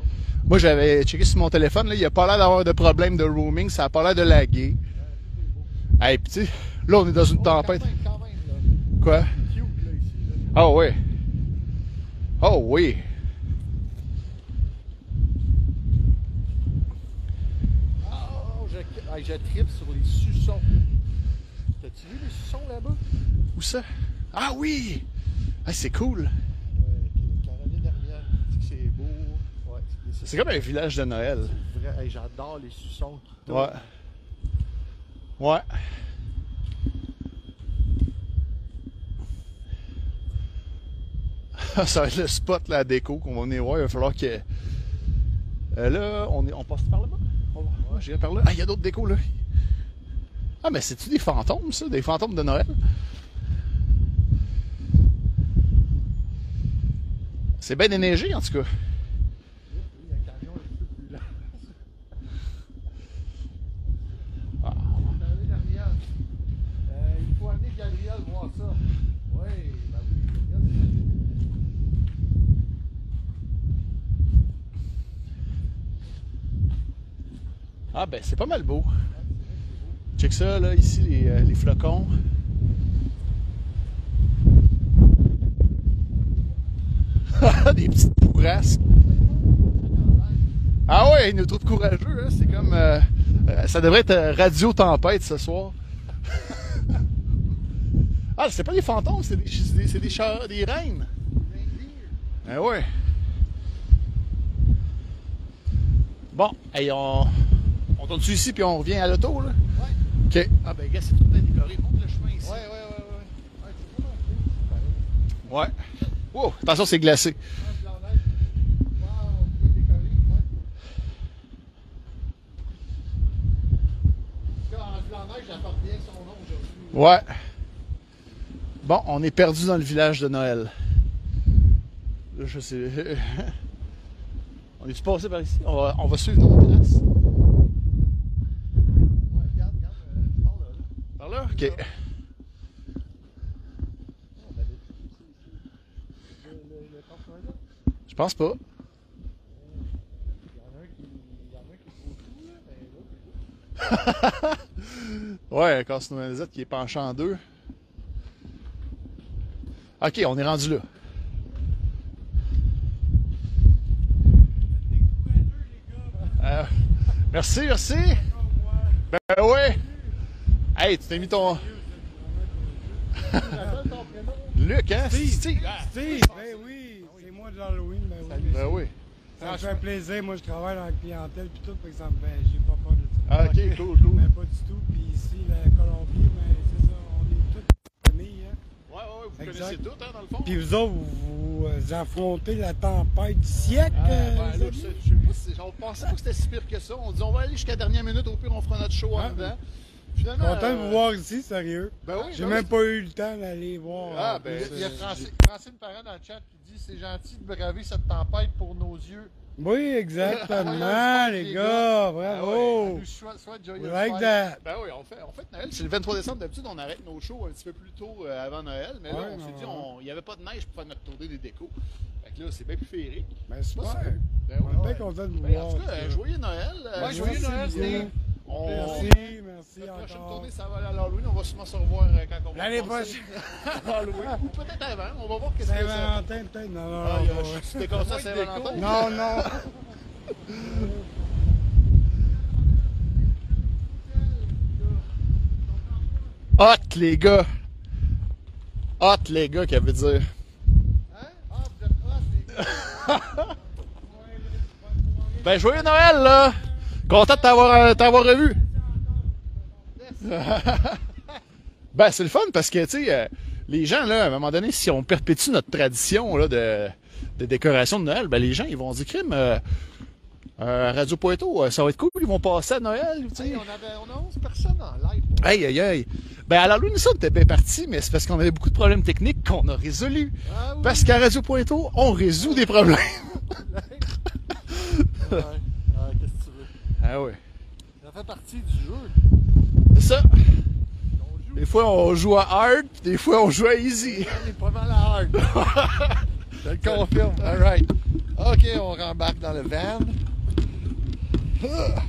Speaker 1: Moi, j'avais checké sur mon téléphone, là, il n'y a pas l'air d'avoir de problème de roaming, ça a pas l'air de laguer. Hey, puis tu sais, là, on est dans une
Speaker 2: Oh,
Speaker 1: tempête.
Speaker 2: Quand même, quand même, là.
Speaker 1: Quoi?
Speaker 2: Cute, là, ici, là.
Speaker 1: Ah oui. Ah oui.
Speaker 2: Ah, oh, je, ah, je tripe sur les suçons. T'as-tu vu les suçons là-bas?
Speaker 1: Où ça? Ah oui! Ah, c'est cool.
Speaker 2: Ouais, puis Caroline dernière, dit que c'est beau. Ouais, les suçons,
Speaker 1: C'est comme un village de Noël.
Speaker 2: c'est vrai. Hey, J'adore les suçons qui tournent.
Speaker 1: Ouais. Ouais. Ah, ça va être le spot, la déco qu'on va venir voir. Il va falloir que. Euh, là, on, est, on passe par là-bas. On va- ouais, j'irai par là. Ah, il y a d'autres décos là. Ah, mais c'est-tu des fantômes, ça? Des fantômes de Noël? C'est bien déneigé, en tout cas.
Speaker 2: Il y a un camion un peu plus là.
Speaker 1: Ah.
Speaker 2: Caroline dernière, euh, il faut amener Gabriel voir
Speaker 1: Ah ben c'est pas mal beau. Check ça là, ici les, euh, les flocons. Des petites bourrasques. Ah ouais, il nous trouve courageux, hein. c'est comme euh, euh, ça devrait être euh, Radio Tempête ce soir. ah, c'est pas des fantômes, c'est des c'est des, c'est des, char- des reines. Ah ouais. Bon, hey, on, on tourne dessus ici puis on revient à l'auto là. OK. Ah ben gars, c'est tout bien décoré, monte le chemin ici.
Speaker 2: Ouais, ouais, ouais, ouais. Ouais, c'est pas mal
Speaker 1: Ouais. Wow, attention, c'est glacé.
Speaker 2: fait. Ouais, blanc-neige. Wow, on peut décoller, ouais. Là, en blanc-neige, elle porte bien son nom aujourd'hui.
Speaker 1: Ouais. Bon, on est perdu dans le village de Noël. Là, Je sais. on est-tu passé par ici? On va, on va suivre nos traces.
Speaker 2: Ouais, regarde, regarde, euh, je parle là, là.
Speaker 1: Par là? Ok.
Speaker 2: On avait tout ici, ici. Le, le, le parchemin, là.
Speaker 1: Je pense pas.
Speaker 2: Il y en a un qui, il y en a un qui est au cou, là, mais l'autre, il est au cou.
Speaker 1: Ouais, Casse Z qui est penché en deux. Ok, on est rendu là. Euh, merci, merci. Ben ouais. Hey, tu t'es mis ton.
Speaker 2: Rappelle ton prénom.
Speaker 1: Luc, hein? Steve. Ah,
Speaker 3: Steve, ben oui, c'est moi de l'Halloween, ben oui.
Speaker 1: Ben oui.
Speaker 3: Ça me fait plaisir, moi je travaille dans la clientèle puis tout, fait que ça me fait, j'ai pas peur de ça.
Speaker 1: Ah, ok, cool, cool.
Speaker 3: Mais pas du tout, puis ici, la Colombie, ben c'est ça, on est toute famille, hein.
Speaker 1: Ouais, ouais, ouais, vous
Speaker 3: Exact.
Speaker 1: connaissez tout, hein, dans le fond?
Speaker 3: Puis vous autres, vous, vous affrontez la tempête du siècle.
Speaker 1: Ah,
Speaker 3: euh,
Speaker 1: ben,
Speaker 3: les
Speaker 1: là,
Speaker 3: amis?
Speaker 1: je sais- je sais pas si- on pensait pas que c'était si pire que ça. On dit on va aller jusqu'à la dernière minute, au pire on fera notre show en
Speaker 3: Ah.
Speaker 1: dedans. Finalement.
Speaker 3: Content de
Speaker 1: euh,
Speaker 3: vous voir ici, sérieux.
Speaker 1: Ben oui,
Speaker 3: J'ai
Speaker 1: ben
Speaker 3: même
Speaker 1: oui.
Speaker 3: pas eu le temps d'aller voir.
Speaker 1: Ah,
Speaker 3: en
Speaker 1: ben,
Speaker 3: plus,
Speaker 2: Il y a
Speaker 3: euh,
Speaker 2: Franci- Francine Parent dans le chat qui dit c'est gentil de braver cette tempête pour nos yeux.
Speaker 3: Oui, exactement, les gars.
Speaker 1: Ah
Speaker 3: Bravo.
Speaker 2: Nous chou- souhaite joyeux
Speaker 3: We oh. like
Speaker 2: fêtes.
Speaker 3: that.
Speaker 1: Ben oui, on fait, on fait Noël. C'est le 23 décembre. D'habitude, on arrête nos shows un petit peu plus tôt euh, avant Noël. Mais là,
Speaker 3: Ouais,
Speaker 1: on s'est
Speaker 3: non,
Speaker 1: dit,
Speaker 3: ouais.
Speaker 1: on- il n'y avait pas de neige pour faire notre tournée des décos. Fait que là, c'est bien plus féerique.
Speaker 3: Ben, super.
Speaker 1: Pas sûr. Ben
Speaker 3: On est
Speaker 1: ouais.
Speaker 3: bien content de vous
Speaker 1: Ben,
Speaker 3: voir. Ben,
Speaker 1: en tout cas,
Speaker 3: en
Speaker 1: euh,
Speaker 3: tout cas.
Speaker 1: joyeux Noël. euh,
Speaker 2: Ouais, joyeux
Speaker 1: merci
Speaker 2: Noël,
Speaker 1: bien.
Speaker 2: Steve.
Speaker 1: On-
Speaker 3: Merci, merci
Speaker 1: La prochaine
Speaker 3: encore.
Speaker 1: tournée, ça va aller à l'Halloween. On va sûrement se revoir euh, quand on va
Speaker 3: L'année
Speaker 1: passer à Halloween. Ou peut-être avant. On va voir qu'est-ce que ça.
Speaker 3: Saint-Valentin, peut-être. Non, non,
Speaker 1: Ah,
Speaker 3: non.
Speaker 1: je suis comme ça,
Speaker 2: Moins de
Speaker 1: Saint-Valentin.
Speaker 2: déco.
Speaker 3: Non, non.
Speaker 1: Hot, les gars. Hot, les gars, qu'elle veut dire.
Speaker 2: Hein? Ah, vous êtes proches, les gars.
Speaker 1: Ben, joyeux Noël, là! Content de t'avoir, euh, t'avoir revu! ben, c'est le fun parce que, tu sais, euh, les gens, là, à un moment donné, si on perpétue notre tradition là, de, de décoration de Noël, ben, les gens, ils vont dire, crime, euh, euh, Radio Poeto, euh, ça va être cool, ils vont passer à Noël, tu sais.
Speaker 2: Hey, on, avait, on a 11 personnes en live. moi.
Speaker 1: Aïe, aïe, aïe. Ben, à l'Halloween, ça, on était bien parti, mais c'est parce qu'on avait beaucoup de problèmes techniques qu'on a résolus.
Speaker 2: Ah oui.
Speaker 1: Parce qu'à Radio Poeto, on résout des problèmes.
Speaker 2: Ouais. Ouais, qu'est-ce que tu veux?
Speaker 1: ah ouais.
Speaker 2: Ça fait partie du jeu.
Speaker 1: C'est ça.
Speaker 2: On joue.
Speaker 1: Des fois, on joue à hard, puis des fois, on joue à easy.
Speaker 2: On est pas mal à hard. Je le confirme. All right. OK, on rembarque dans le van. Ah.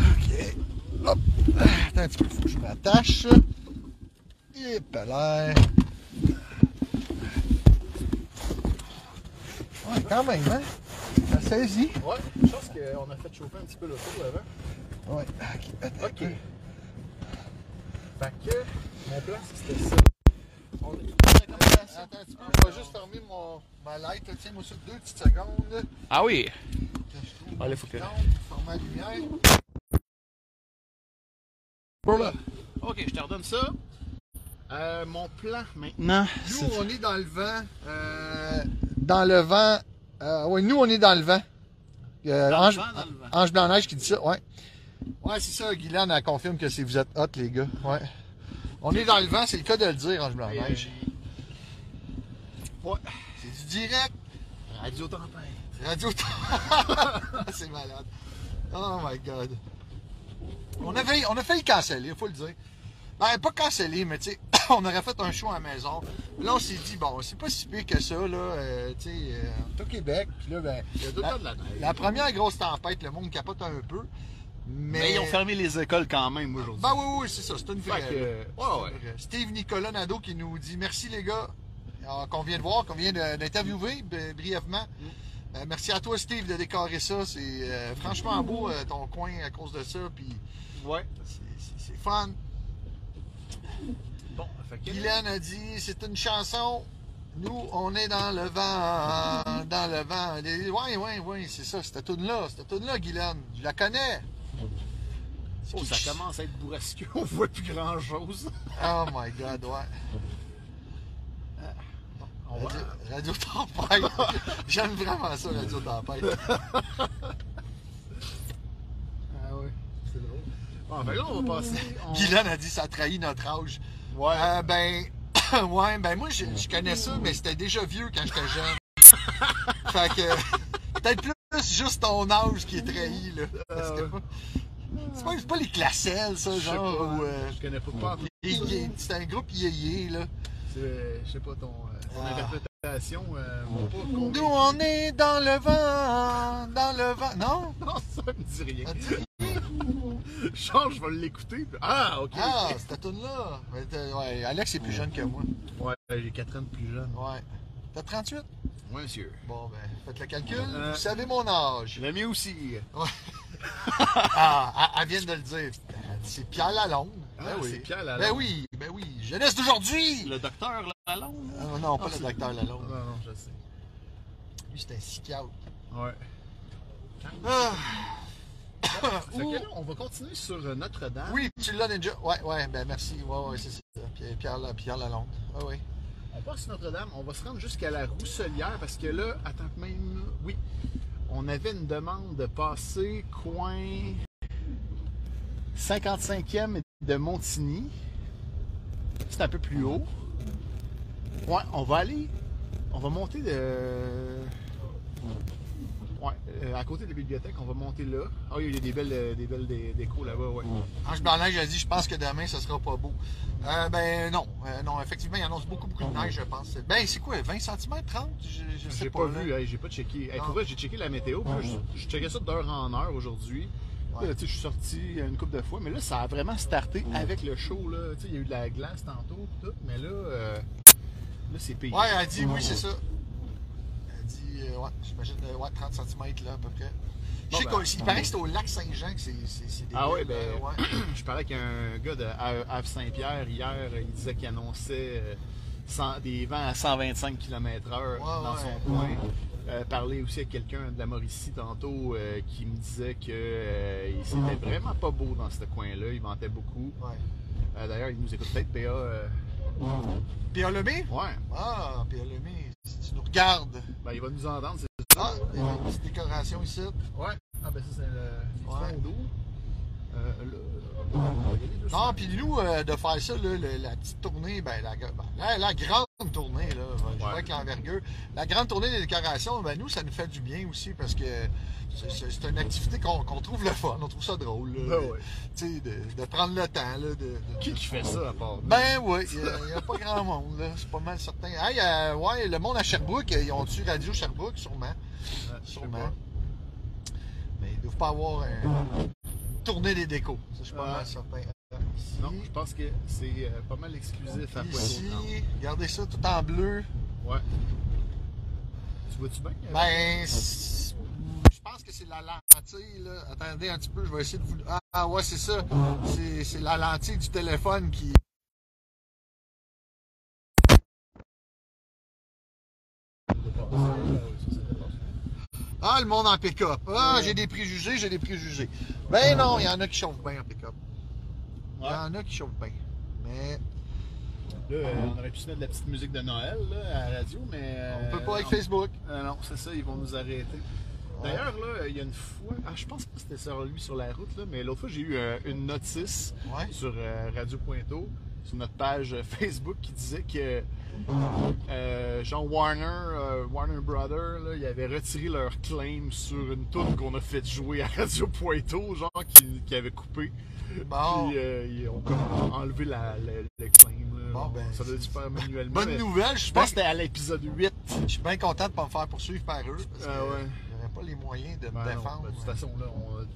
Speaker 2: OK. Hop. Attends un petit peu, faut que je m'attache. Et l'air. Ouais, quand même, hein? Ça saisit.
Speaker 1: Ouais, je pense qu'on Euh, a fait chauffer un petit peu l'auto avant.
Speaker 2: Ouais, OK. Attends. un
Speaker 1: Ok.
Speaker 2: peu.
Speaker 1: Fait que mon plan, c'était ça.
Speaker 2: On est- Attends un petit
Speaker 1: Ah,
Speaker 2: peu, je vais juste fermer mon, ma light. là. Tiens-moi ça deux petites secondes.
Speaker 1: Ah oui!
Speaker 2: Que je trouve
Speaker 1: Allez, faut que-
Speaker 2: mon bouton pour fermer la lumière.
Speaker 1: Voilà. Ok, je te redonne ça. Euh, mon plan maintenant. c'est-
Speaker 2: Nous, on est dans le vent. euh, dans le vent. euh, ouais, nous, on est dans le vent. Euh,
Speaker 1: Dans le
Speaker 2: Ange,
Speaker 1: vent, dans le vent.
Speaker 2: Ange Blanc-Neige qui dit ça, ouais. Ouais, c'est ça, Guylaine, elle confirme que c'est vous êtes hot, les gars. Ouais. On est dans le vent, c'est le cas de le dire, Ange
Speaker 1: Euh,
Speaker 2: Blanc-Neige.
Speaker 1: Ouais, euh,
Speaker 2: C'est du direct.
Speaker 1: Radio Tempête.
Speaker 2: Radio C'est malade. Oh my god. On a failli, on a failli canceller, faut le dire. Ben, pas canceller, mais tu sais, on aurait fait un show à la maison. Là, on s'est dit, bon, c'est pas si pire que ça, là. euh, tu sais, euh, on est au Québec. Puis là, ben,
Speaker 1: Il y a tout le
Speaker 2: la,
Speaker 1: temps de la neige.
Speaker 2: la première grosse tempête, le monde capote un peu. Mais,
Speaker 1: Mais... ils ont fermé les écoles quand même aujourd'hui.
Speaker 2: Ben oui, oui, c'est ça. C'est une vraie.
Speaker 1: Fait que,
Speaker 2: là.
Speaker 1: ouais, ouais.
Speaker 2: C'est une vraie. Euh, Steve Nicolas Nadeau qui nous dit merci, les gars, euh, qu'on vient de voir, qu'on vient de- d'interviewer b- brièvement. Euh, merci à toi, Steve, de décorer ça. C'est euh, franchement beau, euh, ton coin, à cause de ça. Puis
Speaker 1: Ouais.
Speaker 2: c'est- c'est c'est fun.
Speaker 1: Bon, fait que.
Speaker 2: Guylaine a dit c'est une chanson. Nous, on est dans le vent, dans le vent. Les- Ouais, ouais, ouais, c'est ça, cette tune-là, cette tune-là, Guylaine. Je la connais.
Speaker 1: Oh, ça commence à être bourrasqueux, on voit plus grand chose.
Speaker 2: Oh my god, ouais.
Speaker 1: On va...
Speaker 2: Radio, Radio Tempête. J'aime vraiment ça, Radio Tempête.
Speaker 1: Ah ouais, c'est drôle. Bon, fait que là, on va passer. on-
Speaker 2: Guylaine a dit ça trahit notre âge.
Speaker 1: Ouais.
Speaker 2: Euh, ben, ouais, ben moi, je, je connais ça, mais c'était déjà vieux quand j'étais jeune. fait que, peut-être plus juste ton âge qui est trahi, là. Parce que- C'est pas, c'est pas les classelles, ça,
Speaker 1: Je sais
Speaker 2: genre,
Speaker 1: pas,
Speaker 2: ou... euh,
Speaker 1: je connais pas. pas en-
Speaker 2: les yé- c'est un groupe yéyé, là.
Speaker 1: C'est- Je sais pas ton, euh, ton
Speaker 2: Ah.
Speaker 1: interprétation. euh, pas
Speaker 2: Nous,
Speaker 1: combien-
Speaker 2: on est dans le vent, dans le vent... Non?
Speaker 1: Non, ça me dit rien. Genre, je vais l'écouter. puis- Ah, ok.
Speaker 2: Ah, cette toune-là! Ben, t'es- ouais, Alex est plus jeune que moi.
Speaker 1: Ouais, j'ai 4 ans de plus jeune.
Speaker 2: Ouais. T'as 38?
Speaker 1: Ouais, monsieur.
Speaker 2: Bon, ben, faites le calcul.
Speaker 1: Euh.
Speaker 2: Vous savez mon âge.
Speaker 1: Le mien aussi.
Speaker 2: Ah, elle, elle vient de le dire. C'est Pierre Lalonde.
Speaker 1: Ah,
Speaker 2: ben oui.
Speaker 1: c'est Pierre Lalonde.
Speaker 2: Ben oui, ben oui. Jeunesse d'aujourd'hui!
Speaker 1: Le docteur Lalonde? là?
Speaker 2: Ah, non, pas
Speaker 1: Ah,
Speaker 2: le
Speaker 1: c'est-
Speaker 2: docteur
Speaker 1: Non,
Speaker 2: Lalonde.
Speaker 1: non, je sais. Ah.
Speaker 2: Lui, c'est un psychiatre.
Speaker 1: Ouais.
Speaker 2: Ah,
Speaker 1: Fait que là, on va continuer sur euh, Notre-Dame.
Speaker 2: oui, tu l'as déjà. Ouais, ouais, ben merci. Ouais, ouais, c'est ça. Pierre, Pierre, Pierre Lalonde. Ah, Ouais, ouais.
Speaker 1: On passe sur Notre-Dame, on va se rendre jusqu'à la Rousselière parce que là, attends, même. Oui. On avait une demande de passer coin 55e de Montigny. C'est un peu plus haut. Ouais, on va aller. On va monter de. Ouais, euh, à côté de la bibliothèque, on va monter là. Ah oui, il y a des belles, euh, des belles dé- décos là-bas, ouais.
Speaker 2: Ange Blanc-Neige a dit Je pense que demain, ce sera pas beau. Euh, ben non, Euh, non, effectivement, il annonce beaucoup, beaucoup de neige, je pense. Ben, c'est quoi, 20 cm, 30 Je, je sais
Speaker 1: J'ai pas,
Speaker 2: là.
Speaker 1: vu, hein. hey, j'ai pas checké. Hey,
Speaker 2: Non.
Speaker 1: pour vrai, j'ai checké la météo, puis là, je, je checkais ça d'heure en heure aujourd'hui.
Speaker 2: Ouais.
Speaker 1: Là, tu sais, Je suis sorti une couple de fois, mais là, ça a vraiment starté avec le show. Là. Tu sais, Il y a eu de la glace tantôt, puis tout, mais là, euh, là c'est payé.
Speaker 2: Ouais, elle dit oui, c'est ça. Elle dit, euh, ouais, j'imagine, euh, ouais, 30 cm là, à peu près. Je sais
Speaker 1: Bon, ben,
Speaker 2: qu'il paraît que c'est au lac Saint-Jean que c'est c'est- c'est des.
Speaker 1: Ah ouais,
Speaker 2: villes,
Speaker 1: ben,
Speaker 2: euh, ouais.
Speaker 1: je parlais avec un gars de Havre Saint-Pierre hier, euh, il disait qu'il annonçait euh, cent- des vents à 125 km/h dans
Speaker 2: ouais.
Speaker 1: son coin. Euh, parler aussi à quelqu'un de la Mauricie tantôt euh, qui me disait que euh, il- c'était vraiment pas beau dans ce coin-là, il ventait beaucoup.
Speaker 2: ouais.
Speaker 1: Euh, D'ailleurs, il nous écoute peut-être, PA. euh,
Speaker 2: Pierre Lemay?
Speaker 1: ouais,
Speaker 2: Ah, Pierre Lemay, si tu nous regardes.
Speaker 1: ben, il va nous entendre. c'est
Speaker 2: Ah, il y a une petite décoration ici.
Speaker 1: Ouais. Ah, ben ça, c'est le
Speaker 2: Ouais.
Speaker 1: fond d'eau. Euh, le- Ah, on va y aller deux
Speaker 2: Non,
Speaker 1: secondes.
Speaker 2: puis nous, euh, de faire ça, là, le- la petite tournée, ben, la, ben, la, la grande tournée, là, je vois
Speaker 1: Ouais.
Speaker 2: avec l'envergure, la grande tournée des décorations, ben, nous, ça nous fait du bien aussi parce que c'est- c'est c'est une activité qu'on qu'on trouve le fun, on trouve ça drôle. là.
Speaker 1: Ben ouais.
Speaker 2: Tu sais, de, de prendre le temps. Là, de, de-
Speaker 1: Qui qui fait ça à part nous? Euh,
Speaker 2: Ben oui, il n'y a, pas grand monde, là. c'est pas mal certain. Hey, euh, ouais, le monde à Sherbrooke, ils ont tu Radio Sherbrooke, sûrement.
Speaker 1: Euh, je sais
Speaker 2: Sûrement.
Speaker 1: pas.
Speaker 2: Mais ils doivent pas avoir un... tournée des décos, ça, je suis pas
Speaker 1: Ouais.
Speaker 2: mal certain. Ici,
Speaker 1: Non, je pense que c'est euh, pas mal exclusif à
Speaker 2: ici,
Speaker 1: Poisson.
Speaker 2: regardez ça, tout en bleu.
Speaker 1: Ouais. Tu vois-tu bien? euh,
Speaker 2: Ben, c'est- je pense que c'est la lentille, là. Attendez un petit peu, je vais essayer de vous... Ah, Ah ouais, c'est ça, c'est c'est la lentille du téléphone qui... Ah, le monde en pick-up. Ah, j'ai des préjugés, j'ai des préjugés. Ben non, il y en a qui chauffent bien en pick-up. Il y en a qui chauffent bien. Mais
Speaker 1: Là,
Speaker 2: Ah
Speaker 1: euh, on aurait pu se mettre de la petite musique de Noël là, à la radio, mais.
Speaker 2: on peut pas avec
Speaker 1: euh,
Speaker 2: Facebook. Ah.
Speaker 1: Euh, non, c'est ça, ils vont nous arrêter. D'ailleurs, là, il y a une fois, ah, je pense pas que c'était sur lui sur la route, là, mais l'autre fois, j'ai eu euh, une notice
Speaker 2: Ouais.
Speaker 1: sur euh, Radio Pointo, sur notre page euh, Facebook, qui disait que euh, Jean Warner, euh, Warner Brothers, là, ils avaient retiré leur claim sur une toune qu'on a fait jouer à Radio Pointo, genre, qui, qui avait coupé.
Speaker 2: Bon.
Speaker 1: euh, Puis, euh, ils ont comme enlevé la- le, le claim. là. Bon,
Speaker 2: ben,
Speaker 1: ça doit être super manuellement.
Speaker 2: Bonne
Speaker 1: mais
Speaker 2: nouvelle, je
Speaker 1: Je pense
Speaker 2: pense
Speaker 1: que c'était à l'épisode 8.
Speaker 2: je suis bien content de pas me faire poursuivre par eux. Parce que
Speaker 1: Ah ouais.
Speaker 2: j'aurais pas les moyens de me
Speaker 1: Ben non,
Speaker 2: défendre.
Speaker 1: ben, de toute façon, là,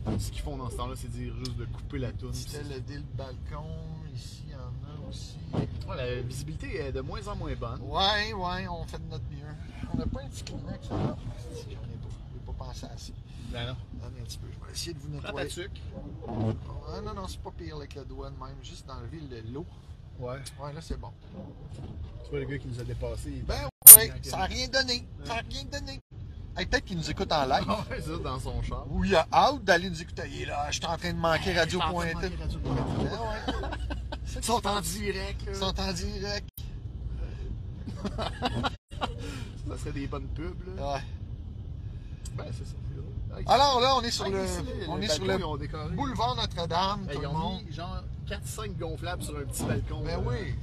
Speaker 1: on- ce qu'ils font dans ce temps-là, c'est dire juste de couper la toune. puis
Speaker 2: C'était
Speaker 1: c'est-
Speaker 2: le dé le balcon, ici, il y en a aussi.
Speaker 1: Ouais, la visibilité est de moins en moins bonne.
Speaker 2: Ouais, ouais, on fait de notre mieux. On n'a pas un petit Kleenex là? Si, J'en ai pas. J'ai pas pensé à ça.
Speaker 1: Ben non.
Speaker 2: Attendez un petit peu, je vais essayer de vous
Speaker 1: Prends ta
Speaker 2: nettoyer.
Speaker 1: tuque.
Speaker 2: Ah non, non, c'est pas pire avec le doigt de même, juste d'enlever le- l'eau.
Speaker 1: Ouais.
Speaker 2: Ouais, là, c'est bon.
Speaker 1: Tu vois le gars qui nous a dépassé. il-
Speaker 2: Ben oui, ça n'a rien donné. Ça n'a rien donné. Hey, Peut-être qu'il nous écoute en live.
Speaker 1: Ah ouais, ça, dans son char.
Speaker 2: Ou il a hâte d'aller nous écouter. Il est là, je suis en train de manquer Radio Ah Pointe.
Speaker 1: Ils Ils sont en direct. là.
Speaker 2: Ils sont en direct.
Speaker 1: Ça serait des bonnes pubs. Là.
Speaker 2: Ouais.
Speaker 1: Ben, c'est ça. c'est drôle. Ah, ils-
Speaker 2: Alors là, on est sur
Speaker 1: Ah,
Speaker 2: le,
Speaker 1: ici, les-
Speaker 2: on
Speaker 1: les
Speaker 2: est sur
Speaker 1: balcons,
Speaker 2: le
Speaker 1: ils ont décoré.
Speaker 2: boulevard Notre-Dame,
Speaker 1: Hey, Ben, ils
Speaker 2: tout le
Speaker 1: ont
Speaker 2: monde.
Speaker 1: mis genre 4-5 gonflables sur un petit balcon.
Speaker 2: Ben
Speaker 1: là.
Speaker 2: oui.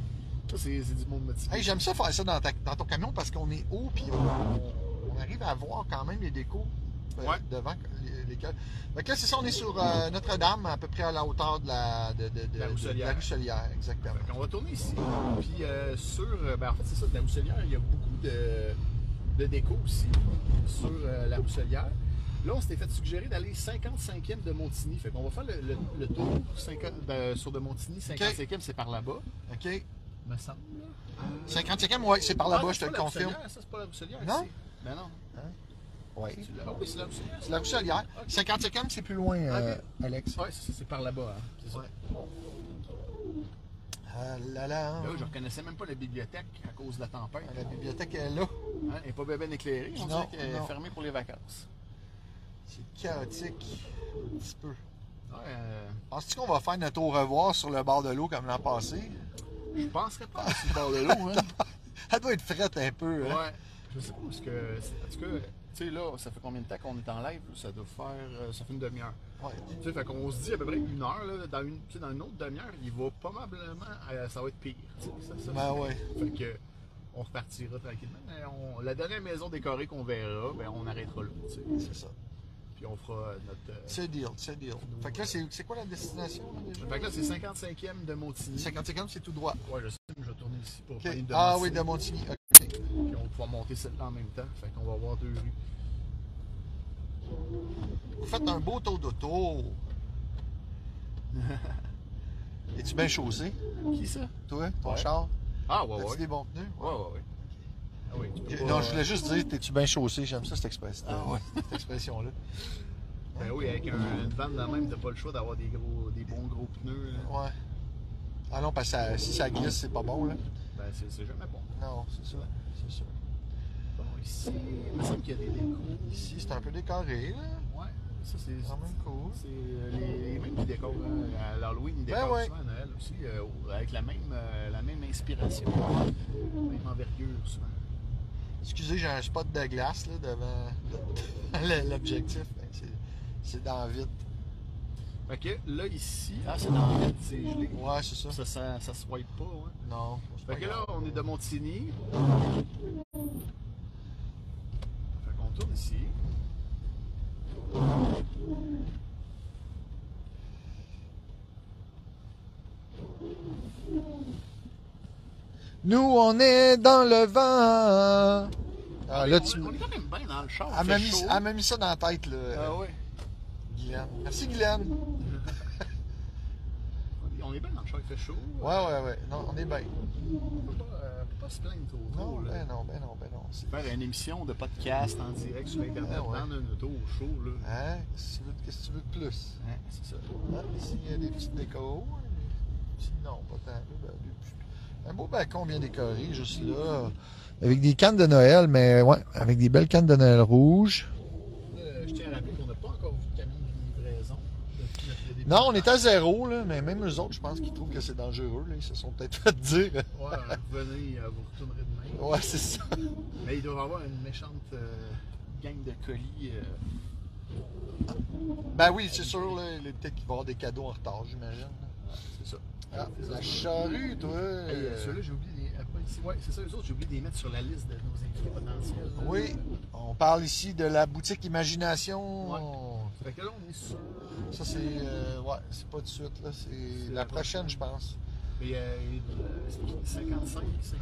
Speaker 1: Ça, c'est c'est du monde motivé.
Speaker 2: Hey, j'aime ça faire ça dans, ta- dans ton camion parce qu'on est haut puis on, on arrive à voir quand même les décos euh,
Speaker 1: Ouais.
Speaker 2: devant les- lesquels. Fait que là, c'est ça, on est sur euh, Notre-Dame, à peu près à la hauteur de la, de, de- de-
Speaker 1: La Rousselière.
Speaker 2: de la Rousselière, exactement.
Speaker 1: Fait qu'on va tourner ici. Puis euh, sur. euh, Ben, en fait, c'est ça, de la Rousselière, il y a beaucoup de, de déco aussi sur euh, la Rousselière. Là, on s'était fait suggérer d'aller 55e de Montigny. Fait qu'on va faire le, le- le tour 50 de- sur de Montigny. 55e, c'est par là-bas,
Speaker 2: OK.
Speaker 1: me semble.
Speaker 2: 55e, ouais, c'est par là-bas,
Speaker 1: Ah,
Speaker 2: je te
Speaker 1: c'est
Speaker 2: le
Speaker 1: pas la
Speaker 2: confirme.
Speaker 1: Rousselière, Ça, c'est pas la Rousselière.
Speaker 2: Non?
Speaker 1: ici. Ben non.
Speaker 2: Ouais.
Speaker 1: C'est là- ah oui, c'est la Rousselière.
Speaker 2: C'est la Rousselière.
Speaker 1: Ok.
Speaker 2: 55e, c'est plus loin, euh,
Speaker 1: Ok.
Speaker 2: Alex.
Speaker 1: Ouais, c'est ça, c'est par là-bas. hein. C'est ça.
Speaker 2: Ouais. Ah là là.
Speaker 1: Là, je reconnaissais même pas la bibliothèque à cause de la tempête.
Speaker 2: La bibliothèque est là.
Speaker 1: Hein, elle n'est pas bien, bien éclairée. On
Speaker 2: Non,
Speaker 1: dirait qu'elle est
Speaker 2: non.
Speaker 1: fermée pour les vacances.
Speaker 2: C'est chaotique. Un petit peu.
Speaker 1: Ouais, euh,
Speaker 2: Penses-tu qu'on va faire notre au revoir sur le bord de l'eau comme l'an passé?
Speaker 1: je penserais pas à ce bord de l'eau. Hein.
Speaker 2: Elle doit être frette un peu. hein?
Speaker 1: Ouais. Je sais pas parce que. En tout cas, tu sais, là, ça fait combien de temps qu'on est en live? Ça doit faire. euh, Ça fait une demi-heure.
Speaker 2: Ouais.
Speaker 1: Tu sais, fait qu'on se dit à peu près une heure, là, dans une, tu sais, dans une autre demi-heure, il va probablement. euh, ça va être pire. tu sais, ça, ça,
Speaker 2: Ben
Speaker 1: c'est-
Speaker 2: ouais.
Speaker 1: Fait que. On repartira tranquillement. Mais on- la dernière maison décorée qu'on verra, ben, on arrêtera là. tu sais.
Speaker 2: C'est ça.
Speaker 1: Puis on fera notre. euh,
Speaker 2: C'est deal, c'est deal. Fait que là, c'est c'est quoi la destination là, déjà?
Speaker 1: Fait que là, c'est 55e de Montigny.
Speaker 2: 55 c'est tout droit.
Speaker 1: Ouais, je sais, mais je vais tourner ici pour
Speaker 2: OK.
Speaker 1: prendre une de
Speaker 2: Ah
Speaker 1: Montigny.
Speaker 2: oui, de Montigny. OK.
Speaker 1: Puis on va pouvoir monter celle-là en même temps. Fait qu'on va avoir deux rues.
Speaker 2: Vous faites un beau tour d'auto. Es-tu bien chaussé,
Speaker 1: Qui ça?
Speaker 2: toi, ton
Speaker 1: Ouais.
Speaker 2: char?
Speaker 1: Ah, ouais,
Speaker 2: As-tu
Speaker 1: ouais.
Speaker 2: des bons pneus?
Speaker 1: Ouais, ouais, ouais. Ah, oui, tu peux
Speaker 2: Je-
Speaker 1: pas,
Speaker 2: non, je
Speaker 1: euh,
Speaker 2: voulais juste dire, t'es-tu bien chaussé? J'aime ça, cette expression.
Speaker 1: Ah ouais.
Speaker 2: cette expression-là.
Speaker 1: Ben oui, avec un- une vanne de même, t'as pas le choix d'avoir des gros, des bons gros pneus. là.
Speaker 2: Ouais. Ah non, parce que ça- si ça glisse, c'est pas bon, là.
Speaker 1: Ben, c'est c'est jamais bon.
Speaker 2: Non, c'est ça. C'est ça.
Speaker 1: Bon, ici, il me semble qu'il y a des décors.
Speaker 2: Ici, c'est un peu décoré, là.
Speaker 1: Ouais, ça, c'est.
Speaker 2: C'est quand même cool.
Speaker 1: C'est euh, les, les mêmes qui décorent. hein. À l'Halloween, ils
Speaker 2: Ben
Speaker 1: décorent
Speaker 2: ouais.
Speaker 1: souvent à Noël aussi, euh, avec la même, euh, la même inspiration. Même envergure, souvent.
Speaker 2: Excusez, j'ai un spot de glace, là, devant le- l'objectif. Fait que c'est- C'est dans vite.
Speaker 1: Fait que là, ici, ah, c'est dans le vide, c'est gelé.
Speaker 2: Ouais, c'est ça.
Speaker 1: Ça, ça, ça se wipe pas, ouais.
Speaker 2: Non. c'est pas
Speaker 1: Fait que là,
Speaker 2: grave.
Speaker 1: on est de Montigny. Fait qu'on tourne ici.
Speaker 2: Nous, on est dans le vent. Ah, là,
Speaker 1: on,
Speaker 2: tu...
Speaker 1: on est quand même bien dans le char.
Speaker 2: Elle
Speaker 1: fait
Speaker 2: m'a mis,
Speaker 1: chaud.
Speaker 2: elle m'a mis ça dans la tête, là,
Speaker 1: Ah ouais.
Speaker 2: Guylaine. Merci, Guylaine.
Speaker 1: On est- On est bien dans le char, il fait chaud.
Speaker 2: Ouais, ouais, ouais. Non, on est bien.
Speaker 1: On peut pas, euh, on peut pas se plaindre trop.
Speaker 2: Non,
Speaker 1: trop, là.
Speaker 2: ben non, ben non, ben non. c'est-
Speaker 1: Faire une émission de podcast en direct sur Internet
Speaker 2: Ah ouais.
Speaker 1: dans un auto au chaud, là.
Speaker 2: Hein? Qu'est-ce que tu veux- Qu'est-ce que tu veux de plus?
Speaker 1: Hein, c'est ça.
Speaker 2: Hein? Ici, il y a des petites décos. des petites- Non, pas tant. Là, ben, des petits- Un beau balcon bien décoré, juste là. Avec des cannes de Noël, mais ouais, avec des belles cannes de Noël rouges.
Speaker 1: Euh, je tiens à rappeler qu'on n'a pas encore vu de camion de livraison. depuis notre début.
Speaker 2: Non, on est à zéro, là, mais même eux autres, je pense qu'ils trouvent que c'est dangereux. Là. Ils se sont peut-être fait dire.
Speaker 1: Ouais, venez, euh, vous retournerez demain.
Speaker 2: Ouais, c'est ça.
Speaker 1: Mais il doit avoir une méchante euh, gang de colis. euh,
Speaker 2: Ben oui, c'est sûr, là, il est peut-être qu'il va y avoir des cadeaux en retard, j'imagine.
Speaker 1: c'est ça.
Speaker 2: Ah, la charrue, toi.
Speaker 1: Hey, euh, Ceux-là, j'ai oublié des. ah, pas ici. Ouais, c'est ça, eux autres, j'ai oublié de les mettre sur la liste de nos invités potentiels. là.
Speaker 2: Oui, on parle ici de la boutique Imagination.
Speaker 1: Fait que là, on est sur.
Speaker 2: Ça, c'est. euh, ouais, c'est pas de suite, là. C'est la
Speaker 1: la
Speaker 2: prochaine, je pense.
Speaker 1: Mais euh, il- 55, 56.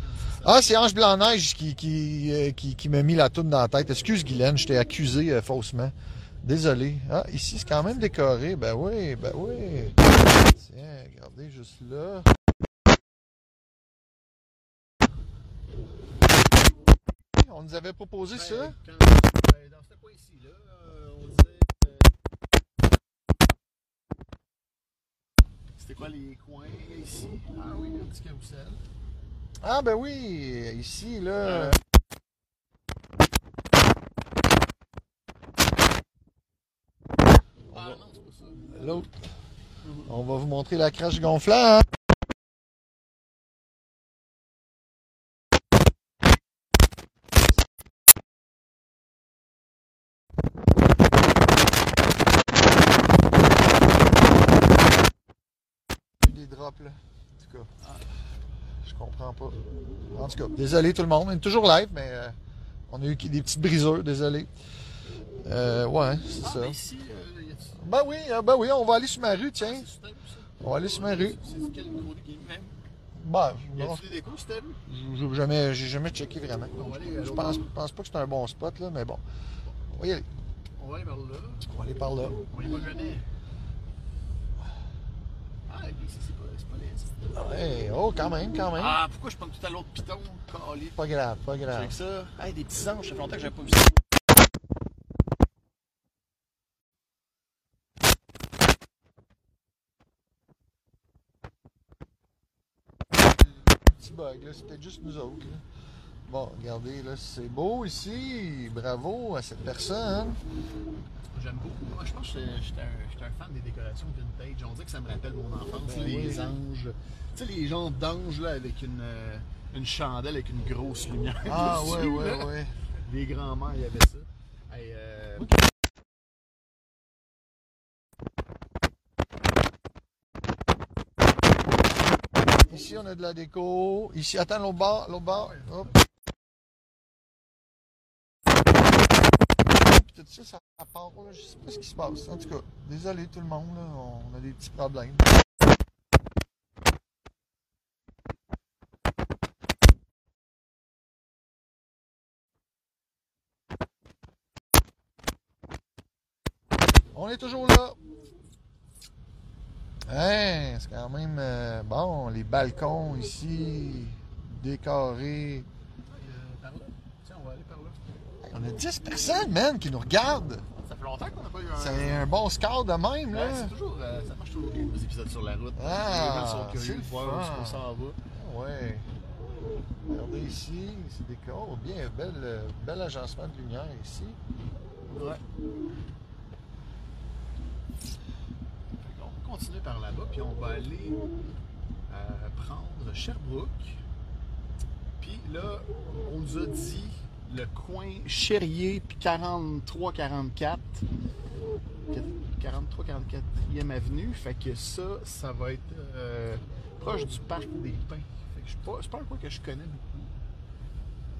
Speaker 2: Ah, c'est Ange Blanc-Neige qui, qui, euh, qui, qui m'a mis la toune dans la tête. Excuse, Guylaine, je t'ai accusé euh, faussement. Désolé. Ah, ici, c'est quand même décoré. Ben oui, ben oui. Tiens, regardez juste là. On nous avait proposé ça.
Speaker 1: Dans ce coin-ci, là, euh, on disait. euh, C'était quoi les coins ici? Ah oui, le petit carousel.
Speaker 2: Ah, ben oui, ici, là.
Speaker 1: Ah non, c'est pas ça.
Speaker 2: L'autre. On va vous montrer la crache hein. gonflable. Des drops là. En tout cas. Je comprends pas. En tout cas, désolé tout le monde. On est toujours live, mais euh, on a eu des petites briseurs, désolé. Euh, ouais, c'est
Speaker 1: Ah,
Speaker 2: ça.
Speaker 1: mais ici, euh, y a
Speaker 2: Ben oui, euh, ben oui, on va aller sur ma rue, tiens.
Speaker 1: C'est sous ta rue, ça?
Speaker 2: On va aller sur ma rue.
Speaker 1: C'est c'est quel côté qui est même?
Speaker 2: Ben,
Speaker 1: Y
Speaker 2: non,
Speaker 1: a-tu des décos, c'était rue?
Speaker 2: je- je- jamais, j'ai jamais checké vraiment.
Speaker 1: On va aller,
Speaker 2: Je
Speaker 1: euh,
Speaker 2: pense, je pense pas que c'est un bon spot, là, mais bon. On va y aller.
Speaker 1: On va aller vers là.
Speaker 2: On va aller par là.
Speaker 1: On y va jamais. Ah, et puis ici, c'est pas, c'est pas les.
Speaker 2: Ouais, oh, quand même, quand même.
Speaker 1: Ah, pourquoi je prends tout à l'autre piton? Calé.
Speaker 2: Pas grave, pas grave.
Speaker 1: Avec ça. Hey, des petits anges, ça fait longtemps que j'avais pas vu ça.
Speaker 2: Petit bug, là, c'était juste nous autres. là. Bon, regardez, là, c'est beau ici. Bravo à cette personne.
Speaker 1: J'aime beaucoup. Moi, je pense que j'étais un, j'étais un fan des décorations vintage. On dirait que ça me rappelle mon enfance.
Speaker 2: Ben
Speaker 1: les
Speaker 2: oui.
Speaker 1: anges. Tu sais, les gens d'anges là, avec une, euh, une chandelle avec une grosse lumière.
Speaker 2: Ah,
Speaker 1: dessus,
Speaker 2: ouais, ouais,
Speaker 1: là.
Speaker 2: ouais.
Speaker 1: Les grands-mères, il y avait ça. Hey, euh,
Speaker 2: Ici, on a de la déco. Ici, attends, l'autre bord, l'autre bord. Hop. Puis Tout ça, ça part. Là. Je sais pas ce qui se passe. En tout cas, désolé tout le monde, là, on a des petits problèmes. On est toujours là. Hein, c'est quand même euh, bon, les balcons ici, décorés.
Speaker 1: euh, par là. Tiens, on va aller par là.
Speaker 2: Hey, on a 10 personnes, man, qui nous regardent.
Speaker 1: Ça fait longtemps qu'on n'a pas eu un.
Speaker 2: C'est un bon score de même,
Speaker 1: Ouais,
Speaker 2: là.
Speaker 1: c'est toujours, euh, ça marche toujours bien, les épisodes sur la route.
Speaker 2: hein. Ah,
Speaker 1: les gens sont
Speaker 2: c'est
Speaker 1: curieux
Speaker 2: le
Speaker 1: de voir où
Speaker 2: fun.
Speaker 1: est-ce qu'on s'en va.
Speaker 2: Ouais. Regardez ici, c'est décor. Bien, bel, euh, bel agencement de lumière ici.
Speaker 1: Ouais. On va continuer par là-bas, puis on va aller euh, prendre Sherbrooke. Puis là, on nous a dit le coin Chérier, puis 43-44. 43-44e avenue. Fait que ça, ça va être euh, proche du parc des pins. Fait que je suis pas- c'est pas un coin que je connais beaucoup.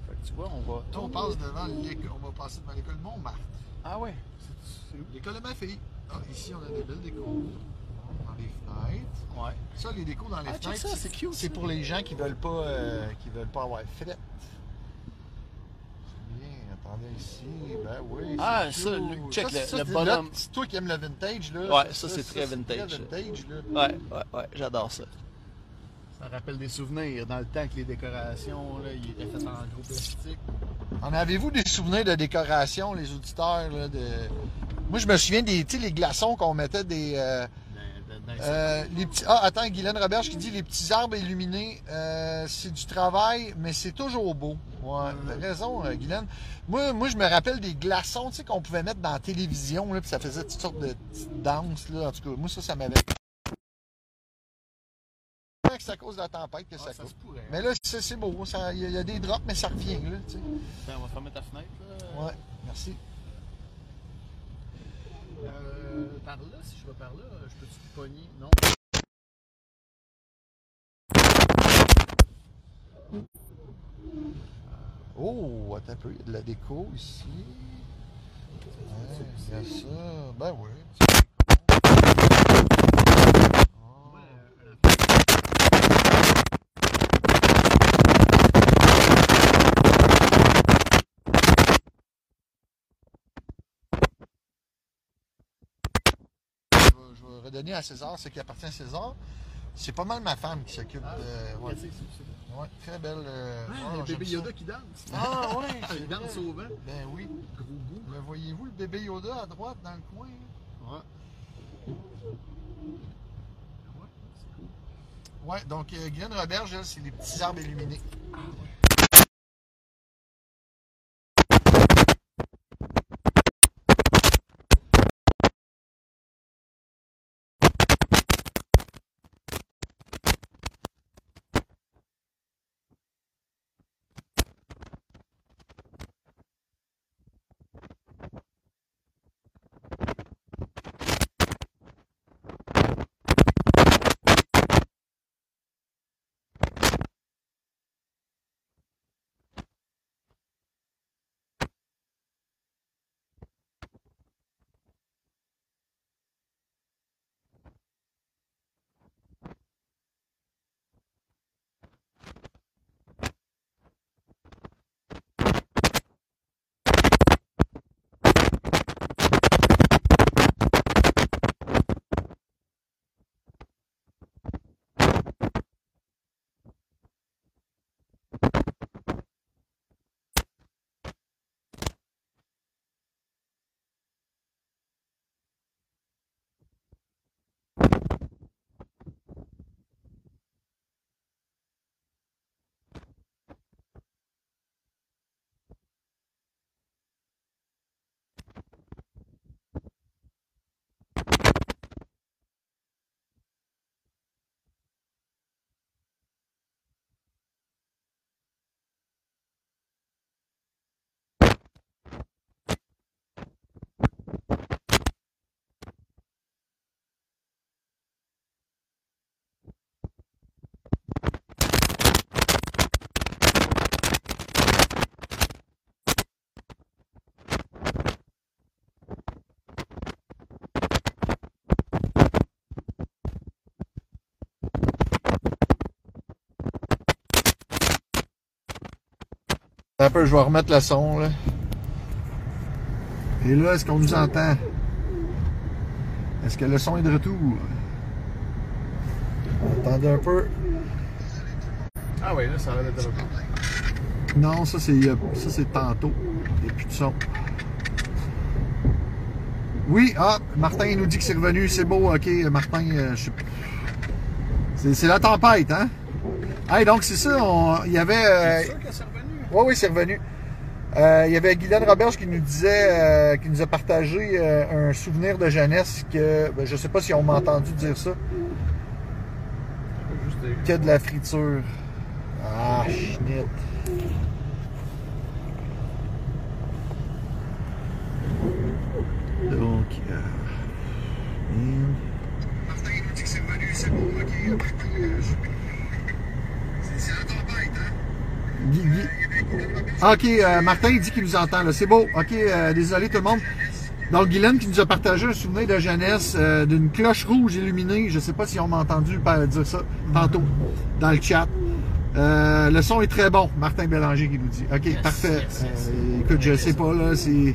Speaker 1: Fait que tu vois, on va.
Speaker 2: On passe devant l'école, on va passer devant l'école Montmartre.
Speaker 1: Ah ouais, c'est c'est où?
Speaker 2: L'école de ma fille. Ah, ici, on a des belles décos dans les fenêtres.
Speaker 1: Ouais.
Speaker 2: Ça, les décos dans les
Speaker 1: Ah, check
Speaker 2: fenêtres,
Speaker 1: ça, c'est cute,
Speaker 2: C'est
Speaker 1: ça.
Speaker 2: pour les gens qui veulent pas, euh, qui veulent pas avoir fête. C'est bien. Attendez ici. Ben oui.
Speaker 1: Ah,
Speaker 2: c'est
Speaker 1: ça,
Speaker 2: cute.
Speaker 1: le- check
Speaker 2: c'est-
Speaker 1: le-
Speaker 2: ça,
Speaker 1: le
Speaker 2: c'est-
Speaker 1: bonhomme.
Speaker 2: là, C'est toi qui aimes le vintage, là.
Speaker 1: Ouais, ça, c'est très vintage.
Speaker 2: vintage, là.
Speaker 1: Ouais, ouais, ouais, j'adore ça. Ça rappelle des souvenirs. Dans le temps que les décorations, là, ils étaient faites en gros plastique.
Speaker 2: En avez-vous des souvenirs de décoration, les auditeurs, là, de... Moi, je me souviens des, tu sais, les glaçons qu'on mettait des... euh,
Speaker 1: Dans, dans- dans-
Speaker 2: Euh, les petits... Ah, attends, Guylaine Roberge qui dit les petits arbres illuminés, euh, c'est du travail, mais c'est toujours beau. Ouais, t'as raison, euh, Guylaine. Moi, moi, je me rappelle des glaçons, tu sais, qu'on pouvait mettre dans la télévision, là, puis ça faisait toutes sortes de petites danses, là. En tout cas, moi, ça, ça m'avait. Je crois que C'est à cause de la tempête que
Speaker 1: Ah,
Speaker 2: ça
Speaker 1: ça
Speaker 2: coupe.
Speaker 1: se pourrait.
Speaker 2: Mais là, c'est c'est beau. ça- Il y, a- il y a des drops, mais ça revient, là, tu sais.
Speaker 1: Attends, on va fermer ta fenêtre. Là.
Speaker 2: Ouais, merci.
Speaker 1: Euh, par là, si je vais par là, je peux-tu te pogner? Non.
Speaker 2: Oh, attends un peu, il y a de la déco ici. Ouais, il y a ça. Ben oui.
Speaker 1: Ouais, euh,
Speaker 2: redonner à César ce qui appartient à César. C'est pas mal ma femme qui s'occupe
Speaker 1: Ah,
Speaker 2: de. Ouais, Ouais, très belle. euh,
Speaker 1: Il
Speaker 2: ouais,
Speaker 1: y a
Speaker 2: j'aime
Speaker 1: Ah, bébé
Speaker 2: ça.
Speaker 1: Yoda qui danse.
Speaker 2: Ah ouais! c'est
Speaker 1: Il danse
Speaker 2: vrai.
Speaker 1: au vent.
Speaker 2: Ben oui.
Speaker 1: Gros goût.
Speaker 2: Le voyez-vous, le bébé Yoda à droite dans le coin?
Speaker 1: Ouais. Ah,
Speaker 2: Ouais, donc euh, Guylaine Roberge, elle, c'est les petits arbres illuminés. Un peu, je vais remettre le son, là. Et là, est-ce qu'on nous entend? Est-ce que le son est de retour? Attendez un peu.
Speaker 1: Ah ouais, là, ça a l'air d'être là.
Speaker 2: Non, ça c'est euh, ça c'est tantôt. Il n'y a plus de son. Oui, ah, Martin nous dit que c'est revenu, c'est beau, ok, Martin, euh, je sais pas. C'est- C'est la tempête, hein? Hey, donc c'est ça, on- il y avait. euh,
Speaker 1: sûr que c'est revenu.
Speaker 2: oui, oui, c'est revenu. Euh, il y avait Guylaine Roberge qui nous disait, euh, qui nous a partagé euh, un souvenir de jeunesse que, ben, je sais pas si on m'a entendu dire ça,
Speaker 1: Juste des-
Speaker 2: que de la friture. Ah, chenit. Donc, euh, hmm. Martin, il nous dit que c'est revenu, c'est bon, ok. Martin, euh, je- C'est c'est la tempête, hein? Ah, Ok, euh, Martin il dit qu'il nous entend, là. c'est beau. Ok, euh, désolé tout le monde. Donc Guylaine qui nous a partagé un souvenir de jeunesse euh, d'une cloche rouge illuminée. Je sais pas si on m'a entendu par- dire ça tantôt dans le chat. Euh, le son est très bon, Martin Bélanger qui nous dit. Ok, parfait.
Speaker 1: yes, yes.
Speaker 2: Euh, écoute, je sais pas là, c'est,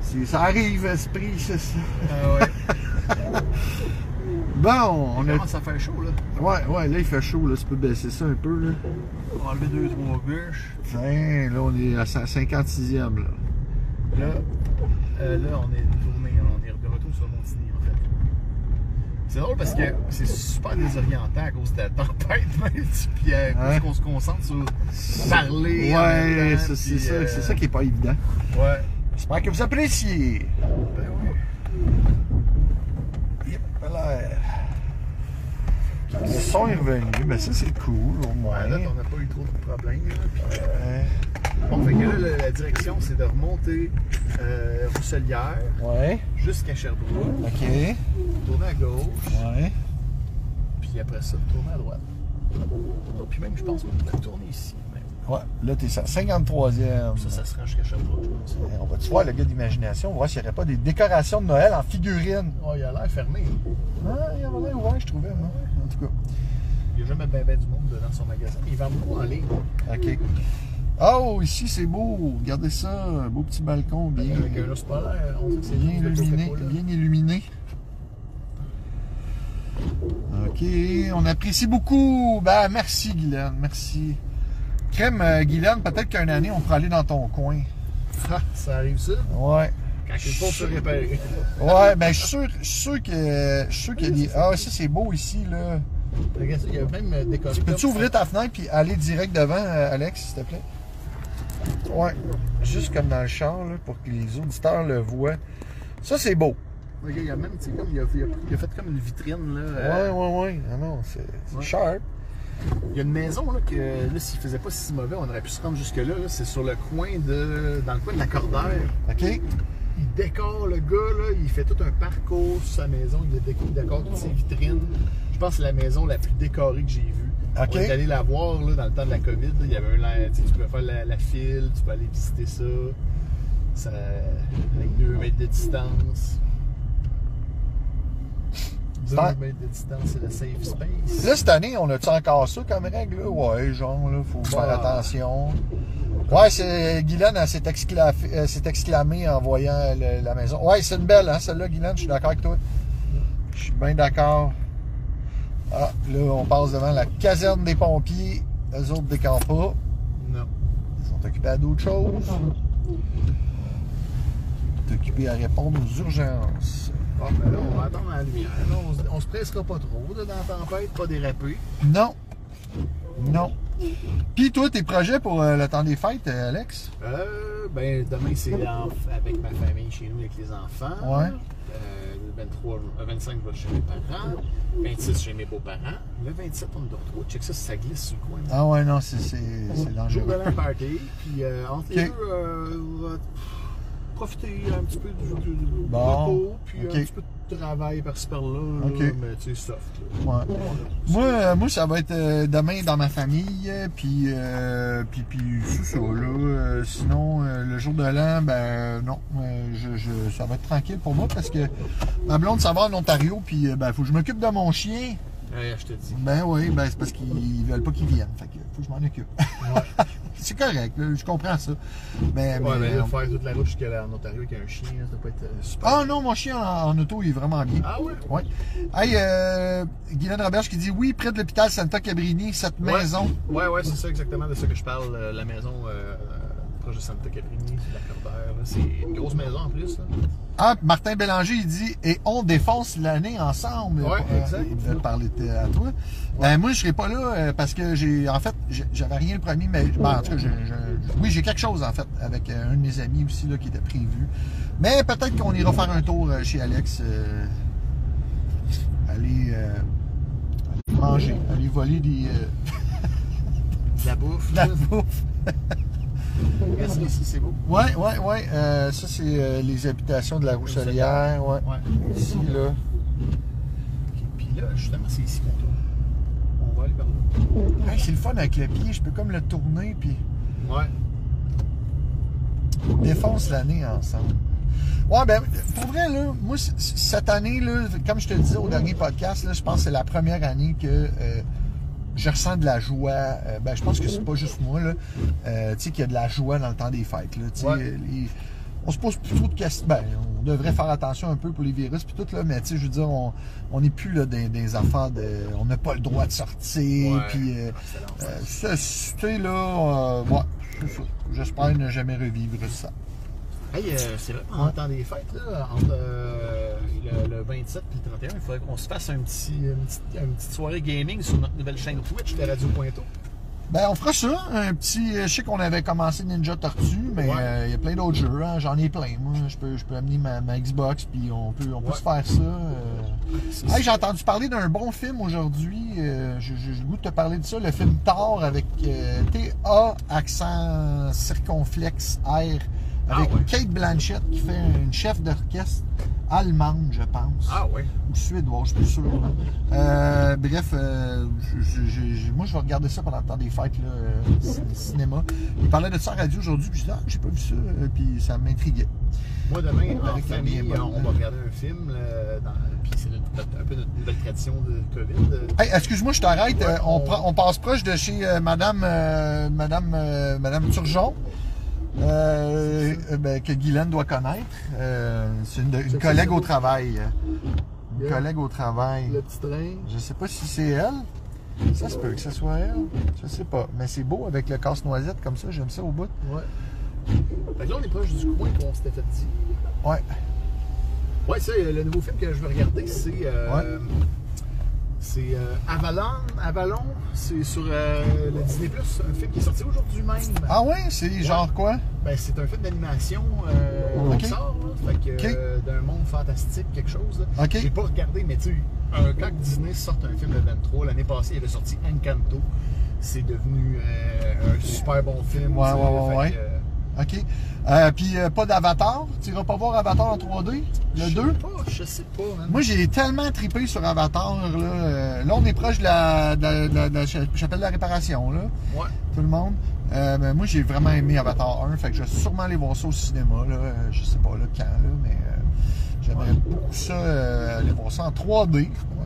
Speaker 2: c'est- ça arrive, esprit. c'est ça.
Speaker 1: Ah ouais.
Speaker 2: Bon, on a,
Speaker 1: Comment ça fait chaud, là?
Speaker 2: ouais, ouais, là il fait chaud, là, tu peux baisser ça un peu là.
Speaker 1: On va enlever deux, trois bûches.
Speaker 2: Tiens, là on est à 56e là.
Speaker 1: Là, euh, là, on est tourné, on est de retour sur Montigny en fait. C'est drôle parce que c'est super désorientant à cause de la tempête, même, puis euh,
Speaker 2: Hein?
Speaker 1: qu'on se concentre sur parler. en
Speaker 2: Ouais,
Speaker 1: même temps,
Speaker 2: ça, c'est
Speaker 1: puis,
Speaker 2: ça,
Speaker 1: euh,
Speaker 2: c'est ça qui est pas évident.
Speaker 1: Ouais.
Speaker 2: J'espère que vous appréciez.
Speaker 1: Ben oui.
Speaker 2: Yep, voilà. Le son est revenu, ben ça c'est cool au moins.
Speaker 1: Ouais, Là, on n'a pas eu trop de problèmes. là, puis, euh, Bon, fait que là, la, la direction, c'est de remonter euh, Rousselière
Speaker 2: Ouais,
Speaker 1: jusqu'à Sherbrooke,
Speaker 2: ok. Ouais.
Speaker 1: tourner à gauche, puis après ça, tourner à droite. Puis même, je pense qu'on pourrait tourner ici. même.
Speaker 2: Ouais, là t'es ça. 53e.
Speaker 1: Ça, ça se rend jusqu'à Sherbrooke, je pense.
Speaker 2: Eh, On va-tu voir le gars d'imagination, voir s'il n'y aurait pas des décorations de Noël en figurines.
Speaker 1: Oh, il a l'air fermé.
Speaker 2: Ah, il y en avait l'air ouvert, je trouvais, moi. En tout cas.
Speaker 1: Il n'y a jamais bien ben du monde dans son magasin. Il vend beaucoup en ligne.
Speaker 2: Ok. Oh, ici c'est beau. Regardez ça. Un beau petit balcon bien.
Speaker 1: Avec un ours polaire, on sait que c'est lui qui
Speaker 2: Bien
Speaker 1: fait
Speaker 2: illuminé,
Speaker 1: ce dépôt-là.
Speaker 2: bien illuminé. OK, on apprécie beaucoup. Ben, merci, Guylaine, merci. Crème, euh, Guylaine, peut-être qu'une année, on pourra aller dans ton coin.
Speaker 1: Ah, ça arrive ça.
Speaker 2: Ouais.
Speaker 1: Quand il faut se réparer.
Speaker 2: Ouais, ben, je suis sûr, je suis sûr que. Je suis sûr qu'il y a des. Ah, ça, c'est beau ici, là.
Speaker 1: Regarde ça, il y a même euh, des
Speaker 2: Tu peux-tu ouvrir ta fenêtre puis aller direct devant, euh, Alex, s'il te plaît? Ouais. Juste comme dans le char, là, pour que les auditeurs le voient. Ça, c'est beau.
Speaker 1: Ok, Il y a même, tu sais, comme, il y a, il y a- il a fait comme une vitrine, là.
Speaker 2: Ouais,
Speaker 1: euh,
Speaker 2: ouais, ouais. Ah non, c'est c'est
Speaker 1: Ouais.
Speaker 2: sharp.
Speaker 1: Il y a une maison, là, que, là, s'il faisait pas si mauvais, on aurait pu se rendre jusque-là. là. C'est sur le coin de. Dans le coin de la Cordère.
Speaker 2: OK?
Speaker 1: Il décore le gars, là, il fait tout un parcours sur sa maison, il déco- il décore toutes ses vitrines. Je pense que c'est la maison la plus décorée que j'ai vue.
Speaker 2: Ok.
Speaker 1: On est allé la voir là, dans le temps de la COVID. là, il y avait un, la- tu sais, tu pouvais faire la, la file, tu peux aller visiter ça. ça avec 2 mètres de distance. 2
Speaker 2: Ah.
Speaker 1: mètres de distance, c'est le safe space.
Speaker 2: Là, cette année, on a-tu encore ça comme règle? Là? Ouais, genre, là, faut faire
Speaker 1: Ah.
Speaker 2: attention. Ouais, c'est Guylaine, elle s'est exclamée, exclamée en voyant le- la maison. Ouais, c'est une belle, hein, celle-là, Guylaine, je suis d'accord avec toi. Je suis bien d'accord. Ah, là, on passe devant la caserne des pompiers. Eux autres décampent pas.
Speaker 1: Non.
Speaker 2: Ils sont occupés à d'autres choses. Ils sont occupés à répondre aux urgences.
Speaker 1: Bon, ben là, on va attendre la lumière. là. on, se- on se pressera pas trop là, dans la tempête, pas déraper.
Speaker 2: Non. Non. Puis toi, tes projets pour euh, le temps des fêtes, euh, Alex?
Speaker 1: Euh, ben, demain, c'est en- avec ma famille chez nous, avec les enfants.
Speaker 2: Ouais.
Speaker 1: Euh, le 23, le 25, je vais chez mes parents. 26, chez mes beaux-parents. Le 27, on est de retour. Check ça, ça glisse sur le coin.
Speaker 2: Ah ouais, non, c'est c'est- c'est
Speaker 1: Jour de
Speaker 2: dangereux.
Speaker 1: l'an party. Puis, euh, entre les
Speaker 2: Ah, Ok.
Speaker 1: deux, euh, on va profiter un petit peu du, du, du
Speaker 2: Bon.
Speaker 1: repos, puis
Speaker 2: Ok.
Speaker 1: un petit peu de travail par-ci par-là. là,
Speaker 2: Ok.
Speaker 1: Mais tu sais, soft. là.
Speaker 2: Ouais. Moi, euh, moi, ça va être euh, demain dans ma famille, euh, puis euh, puis puis c'est ça là. Euh, sinon, euh, le jour de l'an, ben euh, non, euh, je, je- ça va être tranquille pour moi parce que ma blonde s'en va en Ontario, puis euh, ben faut que je m'occupe de mon chien.
Speaker 1: Ouais, Ah, je te dis.
Speaker 2: Ben oui, ben c'est parce qu'ils veulent pas qu'il vienne, fait que faut que je m'en occupe. c'est correct, là, je comprends ça. Mais,
Speaker 1: Ouais, ben,
Speaker 2: mais- euh,
Speaker 1: mais là, faire toute la route jusqu'à en Ontario avec un chien, là, ça doit pas être euh, super.
Speaker 2: Ah non, mon chien en, en auto, il est vraiment bien.
Speaker 1: Ah ouais?
Speaker 2: Ouais. Hey, euh, Guylaine Roberge qui dit oui, près de l'hôpital Santa Cabrini, cette
Speaker 1: Ouais.
Speaker 2: maison.
Speaker 1: Ouais, ouais, c'est ça exactement de ça que je parle. euh, la maison euh, proche de Santa Caprini, c'est la Cordère. là. C'est une grosse maison en plus. là.
Speaker 2: Ah, puis Martin Bélanger, il dit et on défonce l'année ensemble.
Speaker 1: Ouais,
Speaker 2: Euh,
Speaker 1: exact.
Speaker 2: Il devait parler t- à toi. Ben, moi, je serai pas là euh, parce que j'ai, en fait, j'ai- j'avais rien le premier, mais ben, en tout cas, je- je- oui, j'ai quelque chose, en fait, avec euh, un de mes amis aussi, là, qui était prévu. Mais peut-être qu'on ira faire un tour euh, chez Alex. euh, aller, euh, aller manger, aller voler des. euh,
Speaker 1: De la bouffe.
Speaker 2: de la bouffe.
Speaker 1: Regarde ça ici, c'est beau.
Speaker 2: Ouais, ouais, ouais. euh, ça, c'est euh, les habitations de la Rousselière. Ouais.
Speaker 1: Ouais.
Speaker 2: Ici, là.
Speaker 1: Ok, Puis là, justement, c'est ici qu'on tourne. On va aller par là.
Speaker 2: Hey, c'est le fun avec le pied. Je peux comme le tourner, puis
Speaker 1: Ouais.
Speaker 2: défonce l'année ensemble. Ouais, ben, pour vrai, là, moi, c- c- cette année, là, comme je te le disais au dernier podcast, là, je pense que c'est la première année que euh, je ressens de la joie. Euh, ben, je pense que c'est pas juste moi, là. euh, tu sais, qu'il y a de la joie dans le temps des fêtes, là. Tu sais,
Speaker 1: Ouais.
Speaker 2: les- on se pose plus trop de questions. Ben, on devrait faire attention un peu pour les virus, puis tout, là, mais tu sais, je veux dire, on on n'est plus, là, des, des affaires de. On n'a pas le droit de sortir,
Speaker 1: Ouais.
Speaker 2: puis. euh,
Speaker 1: Excellent.
Speaker 2: Euh, ça, c'était là, euh, ouais, c'est ça. J'espère ne jamais revivre ça.
Speaker 1: Hey, euh, c'est vrai, pendant le temps des fêtes, là, entre euh, le, le 27 et le 31, il faudrait qu'on se fasse un petit, une, petite, une petite soirée gaming sur notre nouvelle chaîne Twitch de Radio Pointo.
Speaker 2: Ben, on fera ça, un petit... euh, Je sais qu'on avait commencé Ninja Tortue, mais euh,
Speaker 1: Ouais.
Speaker 2: il y a plein d'autres jeux, hein, j'en ai plein. Moi, je peux, je peux amener ma, ma Xbox, puis on peut, on peut
Speaker 1: Ouais.
Speaker 2: se faire ça. euh.
Speaker 1: C'est-
Speaker 2: Hey, j'ai entendu parler d'un bon film aujourd'hui, euh, j'ai j'ai le goût de te parler de ça, le film Thor avec euh, T-A, accent circonflexe R, avec
Speaker 1: Ah ouais.
Speaker 2: Kate Blanchett qui fait une chef d'orchestre allemande, je pense.
Speaker 1: Ah ouais.
Speaker 2: ou suédois, je suis plus sûr. là. Euh, bref, euh, je- je- je- moi je vais regarder ça pendant le temps des fêtes, là, euh, c- cinéma. Il parlait de ça à la radio aujourd'hui, puis je dis, ah, j'ai pas vu ça, euh, puis ça m'intriguait.
Speaker 1: Moi, demain, en
Speaker 2: Avec la
Speaker 1: famille,
Speaker 2: vieille bonne,
Speaker 1: on va regarder un film. là, dans- Puis c'est notre- notre- un peu notre nouvelle tradition de COVID. euh,
Speaker 2: Hey, excuse-moi, je t'arrête.
Speaker 1: Ouais,
Speaker 2: euh, on,
Speaker 1: on-
Speaker 2: prend- on passe proche de chez euh, Madame, euh, Madame, euh, Madame Turgeon. euh, euh, ben, que Guylaine doit connaître. Euh, c'est une, de- une
Speaker 1: C'est
Speaker 2: collègue
Speaker 1: ça.
Speaker 2: au travail.
Speaker 1: Il
Speaker 2: une collègue au travail.
Speaker 1: Le petit train.
Speaker 2: Je sais pas si c'est elle. Ça se peut que ce soit elle. Je sais pas. Mais c'est beau avec le casse-noisette comme ça. J'aime ça au bout.
Speaker 1: Ouais. Fait que là, on est proche du coin qu'on s'était fait dire.
Speaker 2: Ouais.
Speaker 1: Ouais, ça, le nouveau film que je veux regarder, c'est. euh, C'est euh, Avalon, Avalon, c'est sur euh, le Disney Plus, un film qui est sorti aujourd'hui même.
Speaker 2: Ah ouais? C'est genre quoi?
Speaker 1: Ben, c'est un film d'animation euh,
Speaker 2: Ok.
Speaker 1: Pixar, là. fait que, euh, d'un monde fantastique, quelque chose. là.
Speaker 2: Ok.
Speaker 1: J'ai pas regardé, mais tu sais, euh, quand Disney sort un film le 23, l'année passée, il a sorti Encanto. C'est devenu euh, un super bon film.
Speaker 2: Ouais,
Speaker 1: tu sais,
Speaker 2: ouais, ouais,
Speaker 1: fait
Speaker 2: ouais.
Speaker 1: que, euh,
Speaker 2: OK. Euh, Puis euh, pas d'Avatar. Tu iras pas voir Avatar en 3D? Le
Speaker 1: je
Speaker 2: 2?
Speaker 1: sais pas, Je sais pas, man.
Speaker 2: Moi, j'ai tellement tripé sur Avatar. Là, Euh, là on est proche de la, de la- de la- de la cha- chapelle de la réparation, là,
Speaker 1: Ouais.
Speaker 2: tout le monde. Euh, mais moi, j'ai vraiment aimé Avatar 1. Fait que je vais sûrement aller voir ça au cinéma. Là, Euh, je sais pas là, quand, là, mais euh, j'aimerais beaucoup ça, euh, aller voir ça en 3D. Euh,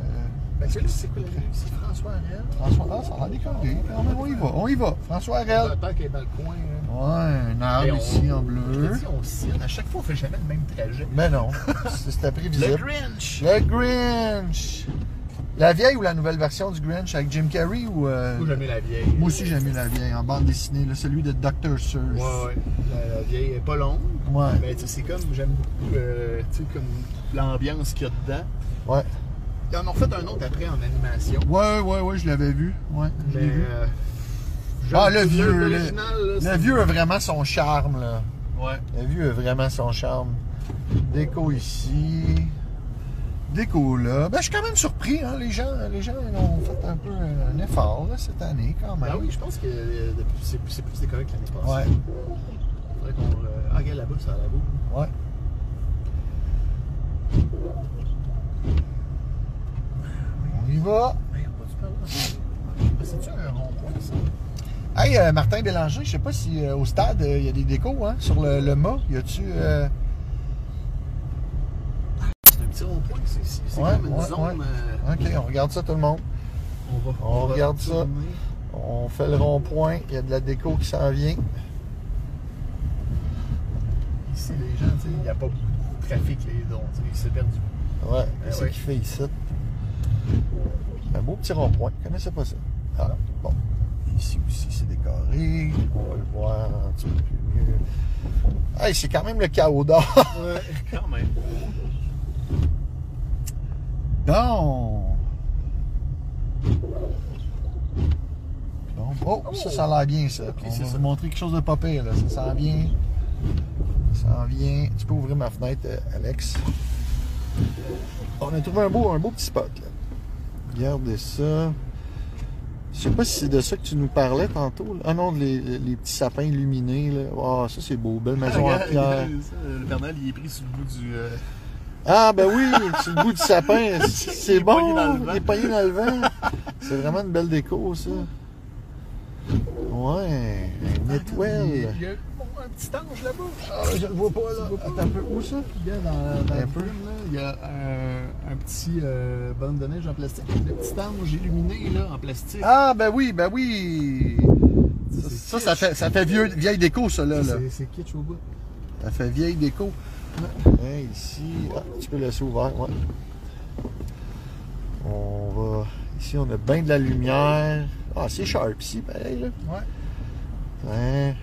Speaker 1: Ben, tu sais, c'est quoi la C'est François Arel.
Speaker 2: François, ah, ça a l'air décoré. Non, mais On y va, on y va. François Arel.
Speaker 1: Tant qu'elle est dans le coin. là.
Speaker 2: Ouais, une arme
Speaker 1: Et on-
Speaker 2: ici Ah, en
Speaker 1: Je te
Speaker 2: bleu.
Speaker 1: dis, on signe. À chaque fois, on fait jamais le même trajet.
Speaker 2: Mais non, c'était
Speaker 1: Le
Speaker 2: prévisible.
Speaker 1: Grinch!
Speaker 2: Le Grinch. La vieille ou la nouvelle version du Grinch avec Jim Carrey ou. euh,
Speaker 1: Moi, j'aimais la vieille.
Speaker 2: Moi aussi, j'aimais la vieille en bande dessinée, là, celui de Dr. Seuss.
Speaker 1: Ouais, ouais. La, la vieille est pas longue.
Speaker 2: Ouais.
Speaker 1: Mais Ah, ben, tu sais, c'est comme, j'aime beaucoup euh, tu sais, comme l'ambiance qu'il y a dedans.
Speaker 2: Ouais,
Speaker 1: Ils en ont fait un autre après en animation.
Speaker 2: ouais, ouais, ouais, je l'avais vu. Ouais, je
Speaker 1: Mais.
Speaker 2: l'ai vu.
Speaker 1: euh,
Speaker 2: Ah,
Speaker 1: j'aime
Speaker 2: le
Speaker 1: plus
Speaker 2: vieux. Le,
Speaker 1: l'original, là,
Speaker 2: le
Speaker 1: c'est-
Speaker 2: vieux a vraiment son charme, là.
Speaker 1: Ouais.
Speaker 2: Le vieux a vraiment son charme. Déco ici. Déco là. Ben, je suis quand même surpris, hein. Les gens, les gens ils ont fait un peu un effort, là, cette année, quand même.
Speaker 1: Ah oui, je pense que euh, depuis- c'est c'est plus décoré que l'année passée.
Speaker 2: Ouais,
Speaker 1: Faudrait qu'on. euh, Ah, regarde là-bas, ça a l'air beau.
Speaker 2: ouais. On y va.
Speaker 1: Hey, Ben, on va-tu par là? Ah, C'est-tu un rond-point, ça?
Speaker 2: Hey, euh, Martin Bélanger, je sais pas si euh, au stade, euh, il y a des décos hein, sur le, le mât. Y a-tu. euh,
Speaker 1: C'est un petit rond-point, c'est ici. C'est
Speaker 2: Ouais,
Speaker 1: comme une
Speaker 2: ouais,
Speaker 1: zone.
Speaker 2: ouais.
Speaker 1: euh,
Speaker 2: Ok, on regarde ça, tout le monde.
Speaker 1: On va.
Speaker 2: On regarde ça.
Speaker 1: retourner.
Speaker 2: On fait le rond-point. Il y a de la déco qui s'en vient.
Speaker 1: Ici, les gens, tu sais, il n'y a pas beaucoup de trafic, les dons. tu sais, Ils se perdent du
Speaker 2: Ouais, qu'est-ce
Speaker 1: ouais.
Speaker 2: qu'il fait ici? Un beau petit rond-point. Je connaissais pas ça. Ah, bon. Ici aussi, c'est décoré. On va le voir un petit peu plus mieux. Hey, c'est quand même le chaos d'or.
Speaker 1: Ouais, quand même.
Speaker 2: Non! Bon. Oh, ça, ça a l'air bien, ça. On
Speaker 1: c'est
Speaker 2: va
Speaker 1: ça.
Speaker 2: vous montrer quelque chose de pas pire, là. Ça s'en vient. Ça s'en vient. Tu peux ouvrir ma fenêtre, euh, Alex. On a trouvé un beau, un beau petit spot, là. Regardez ça. Je sais pas si c'est de ça que tu nous parlais tantôt. là. Ah non, les, les petits sapins illuminés, là. Ah, ça, c'est beau. Belle maison en
Speaker 1: euh,
Speaker 2: pierre.
Speaker 1: Le Père Noël, il est pris sur le bout du. euh,
Speaker 2: Ah ben oui, c'est le bout du sapin, c'est
Speaker 1: Il
Speaker 2: c'est
Speaker 1: est
Speaker 2: bon,
Speaker 1: pogné dans le vent.
Speaker 2: il est pogné dans le vent. C'est vraiment une belle déco ça. Ouais, une étoile.
Speaker 1: Il y a bon, un petit ange là-bas.
Speaker 2: Ah, je le vois pas là. Attends un peu, où ça?
Speaker 1: Il y a dans, dans
Speaker 2: Un
Speaker 1: le
Speaker 2: peu.
Speaker 1: film, là, il y a un, un petit euh, bonne de neige en plastique. Le petit ange illuminé là, en plastique.
Speaker 2: Ah ben oui, ben oui.
Speaker 1: C'est
Speaker 2: Ça, ça,
Speaker 1: kitsch.
Speaker 2: ça fait, ça fait vieux, vieille déco ça là. là.
Speaker 1: C'est- C'est kitsch au bout.
Speaker 2: Ça fait vieille déco. Hein, ici, ah, tu peux laisser ouvert, ouais. On va. Ici, on a bien de la lumière. Ah, c'est sharp ici, pareil, là. Hein,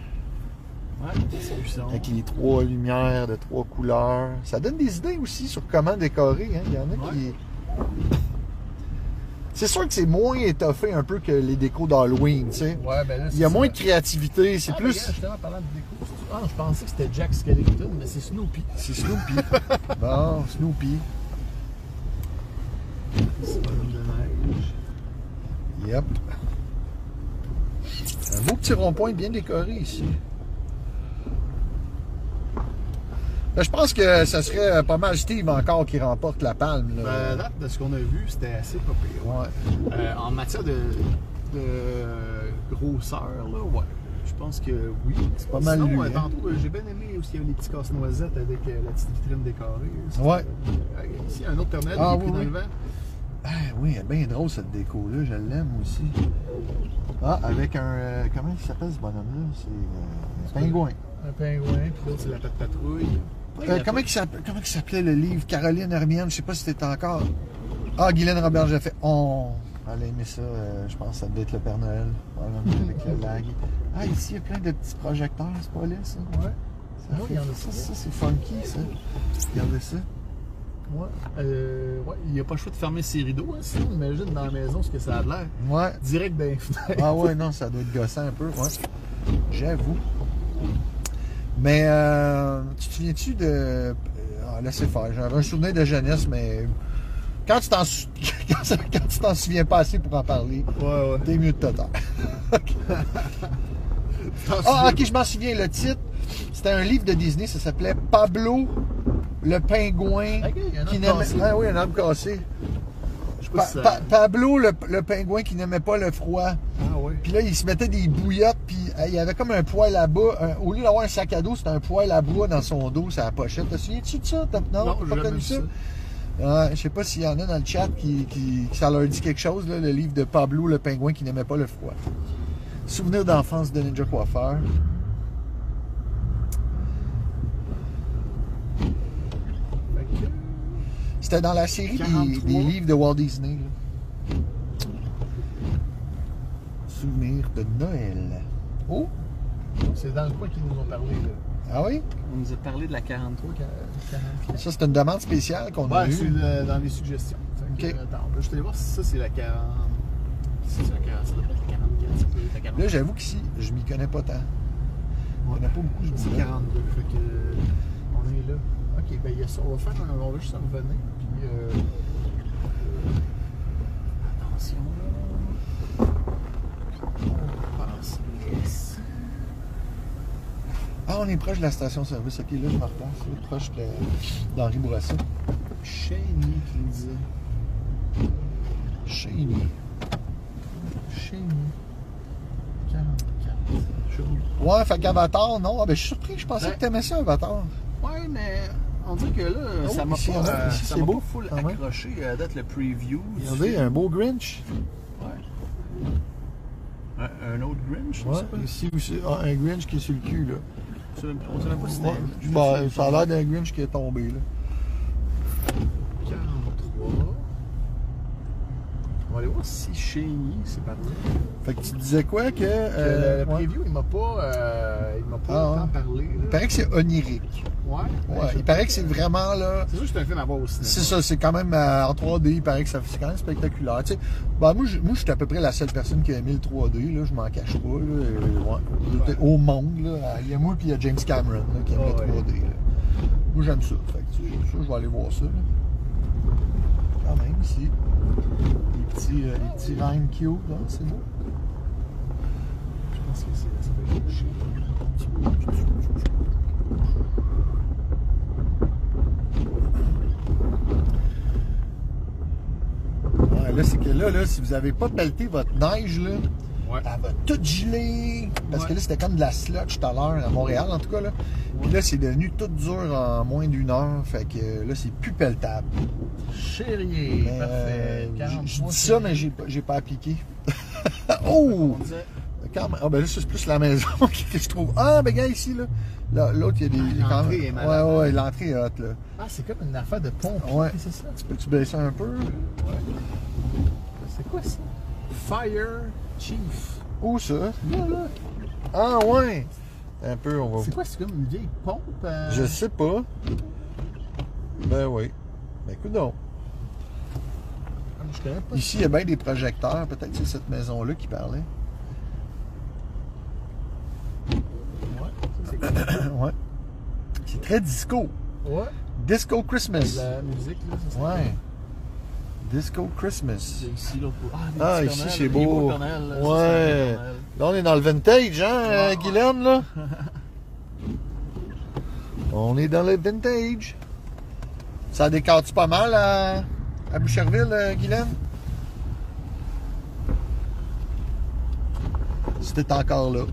Speaker 1: Ouais, c'est puissant.
Speaker 2: avec les trois lumières de trois couleurs. Ça donne des idées aussi sur comment décorer, hein. Il y en a qui. C'est sûr que c'est moins étoffé un peu que les décos d'Halloween, tu sais.
Speaker 1: Ouais, ben là,
Speaker 2: Il y a
Speaker 1: c'est
Speaker 2: moins
Speaker 1: ça.
Speaker 2: de créativité, c'est
Speaker 1: Ah, ben, regarde,
Speaker 2: plus.
Speaker 1: justement, parlant de déco, c'est- ah, je pensais que c'était Jack Skellington, mais c'est Snoopy.
Speaker 2: C'est Snoopy. bon, Snoopy.
Speaker 1: C'est pas l'homme de neige.
Speaker 2: Yep. Un beau petit rond-point bien décoré ici. Là, Ben, je pense que ça serait euh, pas mal Steve encore qui remporte la palme.
Speaker 1: Ben,
Speaker 2: Là.
Speaker 1: là, de ce qu'on a vu, c'était assez pas pire.
Speaker 2: ouais.
Speaker 1: Euh, en matière de, de grosseur, là, ouais. Je pense que oui. C'est
Speaker 2: pas mal
Speaker 1: Sinon,
Speaker 2: lui,
Speaker 1: euh,
Speaker 2: hein.
Speaker 1: tantôt, euh, j'ai bien aimé aussi il y avait les petits casse-noisettes avec euh, la petite vitrine décorée. Ça,
Speaker 2: Ouais.
Speaker 1: c'était- euh, ici, un autre Père Noël,
Speaker 2: Ah,
Speaker 1: il est pris
Speaker 2: oui,
Speaker 1: dans
Speaker 2: oui.
Speaker 1: le vent.
Speaker 2: Ah oui, elle est bien drôle cette déco-là, je l'aime aussi. Ah, avec un. euh, comment il s'appelle ce bonhomme-là C'est euh, un pingouin.
Speaker 1: Un pingouin, puis l'autre, c'est la patte patrouille.
Speaker 2: Euh, comment il s'appelle- comment il s'appelait le livre Caroline Hermione Je sais pas si c'était encore. Ah, Guylaine Robert, j'ai fait. On. Elle a aimé ça, euh, je pense, que ça doit être le Père Noël. Probablement avec le lag. Ah, ici, il y a plein de petits projecteurs, c'est pas laid, ça.
Speaker 1: Ouais.
Speaker 2: Ça,
Speaker 1: Non,
Speaker 2: fait-
Speaker 1: il y en a
Speaker 2: ça,
Speaker 1: pas.
Speaker 2: ça, c'est funky, ça. Regardez ça.
Speaker 1: Ouais, euh, ouais, il n'y a pas le choix de fermer ses rideaux, hein, sinon on imagine dans la maison ce que ça a de l'air.
Speaker 2: Ouais.
Speaker 1: Direct d'un fenêtre.
Speaker 2: Ah ouais, non, ça doit être gossant un peu, ouais. J'avoue. Mais euh, tu te souviens-tu de. Ah, laissez faire. J'avais un souvenir de jeunesse, mais quand tu t'en sou- quand ça- quand tu t'en souviens pas assez pour en parler,
Speaker 1: Ouais, ouais.
Speaker 2: t'es mieux de te taire.
Speaker 1: T'en
Speaker 2: Ah,
Speaker 1: souviens-
Speaker 2: ok, je m'en souviens. Le titre, c'était un livre de Disney, ça s'appelait Pablo le pingouin
Speaker 1: Ok, il y a un
Speaker 2: qui
Speaker 1: arbre
Speaker 2: n'aimait.
Speaker 1: cassé.
Speaker 2: Ah oui, un arbre cassé.
Speaker 1: Je sais
Speaker 2: Pa-
Speaker 1: pas si ça-
Speaker 2: Pa- Pablo le, le pingouin qui n'aimait pas le froid.
Speaker 1: Ah ouais.
Speaker 2: Puis là, il se mettait des bouillottes, puis euh, il y avait comme un poêle à bas. Un- au lieu d'avoir un sac à dos, c'était un poêle à bois dans son dos, sa pochette. Te souviens-tu de ça? T'as- Non,
Speaker 1: Non,
Speaker 2: t'as
Speaker 1: j'ai
Speaker 2: pas
Speaker 1: jamais
Speaker 2: connu
Speaker 1: vu
Speaker 2: ça?
Speaker 1: ça.
Speaker 2: Ah, je sais pas s'il y en a dans le chat qui, qui- qui ça leur dit quelque chose, là, le livre de Pablo, le pingouin qui n'aimait pas le froid. Souvenir d'enfance de Ninja Coiffeur.
Speaker 1: Fait que-
Speaker 2: C'était dans la série des,
Speaker 1: 43.
Speaker 2: des livres de Walt Disney. là. Souvenir de Noël. Oh!
Speaker 1: C'est dans le coin qu'ils nous ont parlé. Là.
Speaker 2: Ah oui?
Speaker 4: On nous a parlé de la 43.
Speaker 2: Ça, c'est une demande spéciale qu'on a
Speaker 1: Ouais, c'est
Speaker 2: eue.
Speaker 1: le- dans les suggestions. Fait que, euh,
Speaker 2: Ok.
Speaker 1: attends, là, je vais aller voir si ça c'est la 40. Si c'est la 40, ça devrait être la 44. Ça peut être la 44.
Speaker 2: Là, j'avoue qu'ici, je m'y connais pas tant.
Speaker 1: On n'a pas beaucoup, je me dis 42. Fait que, euh, on est là. Ok, ben il y a ça. On va faire un. On va juste revenir. Puis. Euh, euh, attention là. On passe. Yes.
Speaker 2: Ah, on est proche de la station-service. OK, là, je me replace. là, proche de d'Henri Bourassa.
Speaker 1: Cheney qui nous dit.
Speaker 2: Cheney.
Speaker 1: Cheney. 44. Je roule.
Speaker 2: Ouais, fait qu'Avatar, non. Ah, ben, je suis surpris. Je pensais
Speaker 1: Ouais.
Speaker 2: que t'aimais ça, Avatar.
Speaker 4: Ouais, mais on dirait que là,
Speaker 2: Oh,
Speaker 4: ça m'a
Speaker 2: ici,
Speaker 4: pas,
Speaker 2: on a-
Speaker 4: euh,
Speaker 2: ici,
Speaker 4: ça
Speaker 2: c'est
Speaker 4: m'a
Speaker 2: beau,
Speaker 4: pas full
Speaker 2: quand même.
Speaker 4: accroché
Speaker 1: euh,
Speaker 4: à date le preview. du
Speaker 2: Regardez,
Speaker 4: film.
Speaker 2: un beau Grinch.
Speaker 4: Ouais. Un,
Speaker 1: euh,
Speaker 4: un autre Grinch, je
Speaker 2: Ouais,
Speaker 4: sais pas.
Speaker 2: ici aussi. Ah, un Grinch qui est sur le cul, là.
Speaker 4: On sait même- On sait même pas si c'était.
Speaker 2: Ouais, bah, ça a l'air d'un Grinch qui est tombé, là.
Speaker 1: 43. On va aller voir si Cheney, c'est par là.
Speaker 2: Fait que tu disais quoi que...
Speaker 1: Que
Speaker 2: euh,
Speaker 1: le, le
Speaker 2: ouais.
Speaker 1: preview, il m'a pas, euh, il m'a
Speaker 2: Ah,
Speaker 1: pas
Speaker 2: ouais.
Speaker 1: autant parlé.
Speaker 2: Il
Speaker 1: là.
Speaker 2: paraît que c'est onirique.
Speaker 1: Ouais.
Speaker 2: Ouais,
Speaker 1: Ouais, je-
Speaker 2: il paraît que c'est vraiment, là...
Speaker 1: C'est sûr que c'est un film à voir au cinéma.
Speaker 2: C'est ça, c'est quand même euh, en 3D, il paraît que ça- c'est quand même spectaculaire. Tu sais, bah, moi, je, moi, je suis à peu près la seule personne qui a aimé le 3D, là, je m'en cache pas. là, euh, ouais.
Speaker 1: Ouais.
Speaker 2: Au monde, là, il y a moi puis il y a James Cameron là, qui aime
Speaker 1: Ouais,
Speaker 2: le 3D. là. Moi, j'aime ça. Fait que, tu sais, ça, je vais aller voir ça. là. Quand même, ici. Les petits, euh, les petits rhymes cute, là, c'est beau.
Speaker 1: Je pense que c'est ça peut être Cheney.
Speaker 2: Ouais, là, c'est que là, là, si vous avez pas pelleté votre neige, là,
Speaker 1: Ouais.
Speaker 2: elle va toute gelée. Parce que
Speaker 1: Ouais.
Speaker 2: là, c'était comme de la sludge tout à l'heure, à Montréal, en tout cas, là. Puis là, c'est devenu tout dur en moins d'une heure. Fait que euh, là, c'est plus pelletable.
Speaker 1: Chérie,
Speaker 2: Mais,
Speaker 1: parfait.
Speaker 2: euh, je-
Speaker 1: 43,
Speaker 2: je dis ça,
Speaker 1: Chérie.
Speaker 2: mais j'ai pas- j'ai pas appliqué. oh!
Speaker 1: On disait,
Speaker 2: Quand même- Ah, ben là, ça, c'est plus la maison que je trouve. Ah, ben, gars, ici, là. Là, L'autre, il y a des.
Speaker 1: Ah,
Speaker 2: quand
Speaker 1: l'entrée
Speaker 2: même-
Speaker 1: est malade.
Speaker 2: Ouais, ouais, l'entrée est hot, là.
Speaker 1: Ah, c'est comme une affaire de pompe.
Speaker 2: Ouais.
Speaker 1: C'est ça.
Speaker 2: Tu peux-tu baisser un peu?
Speaker 1: C'est quoi ça? Fire Chief.
Speaker 2: Où ça?
Speaker 1: Là, là.
Speaker 2: Ah, ouais! Un peu, on va
Speaker 1: C'est quoi? C'est comme une vieille pompe? euh,
Speaker 2: Oh. Je sais pas. Ben oui. Ben écoute donc.
Speaker 1: Je connais pas.
Speaker 2: Ici, il y a bien des projecteurs. Peut-être que c'est cette maison-là qui parlait.
Speaker 1: Ouais. Ça,
Speaker 2: Euh,
Speaker 1: c'est quoi?
Speaker 2: ouais. C'est très disco.
Speaker 1: Ouais.
Speaker 2: Disco Christmas.
Speaker 1: La musique, là, ça, c'est-
Speaker 2: Ouais. Disco Christmas.
Speaker 4: C'est ici, là, pour...
Speaker 2: Ah,
Speaker 4: le
Speaker 2: ici,
Speaker 4: Père Noël,
Speaker 2: c'est
Speaker 4: il est
Speaker 2: beau.
Speaker 4: le Père Noël, là,
Speaker 2: Ouais.
Speaker 4: c'est ça, le Père Noël.
Speaker 2: Là, on est dans le vintage, hein, euh,
Speaker 4: ouais.
Speaker 2: Guylaine, là? on est dans le vintage. Ça décore-tu pas mal à, à Boucherville, euh, Guylaine? C'était encore là.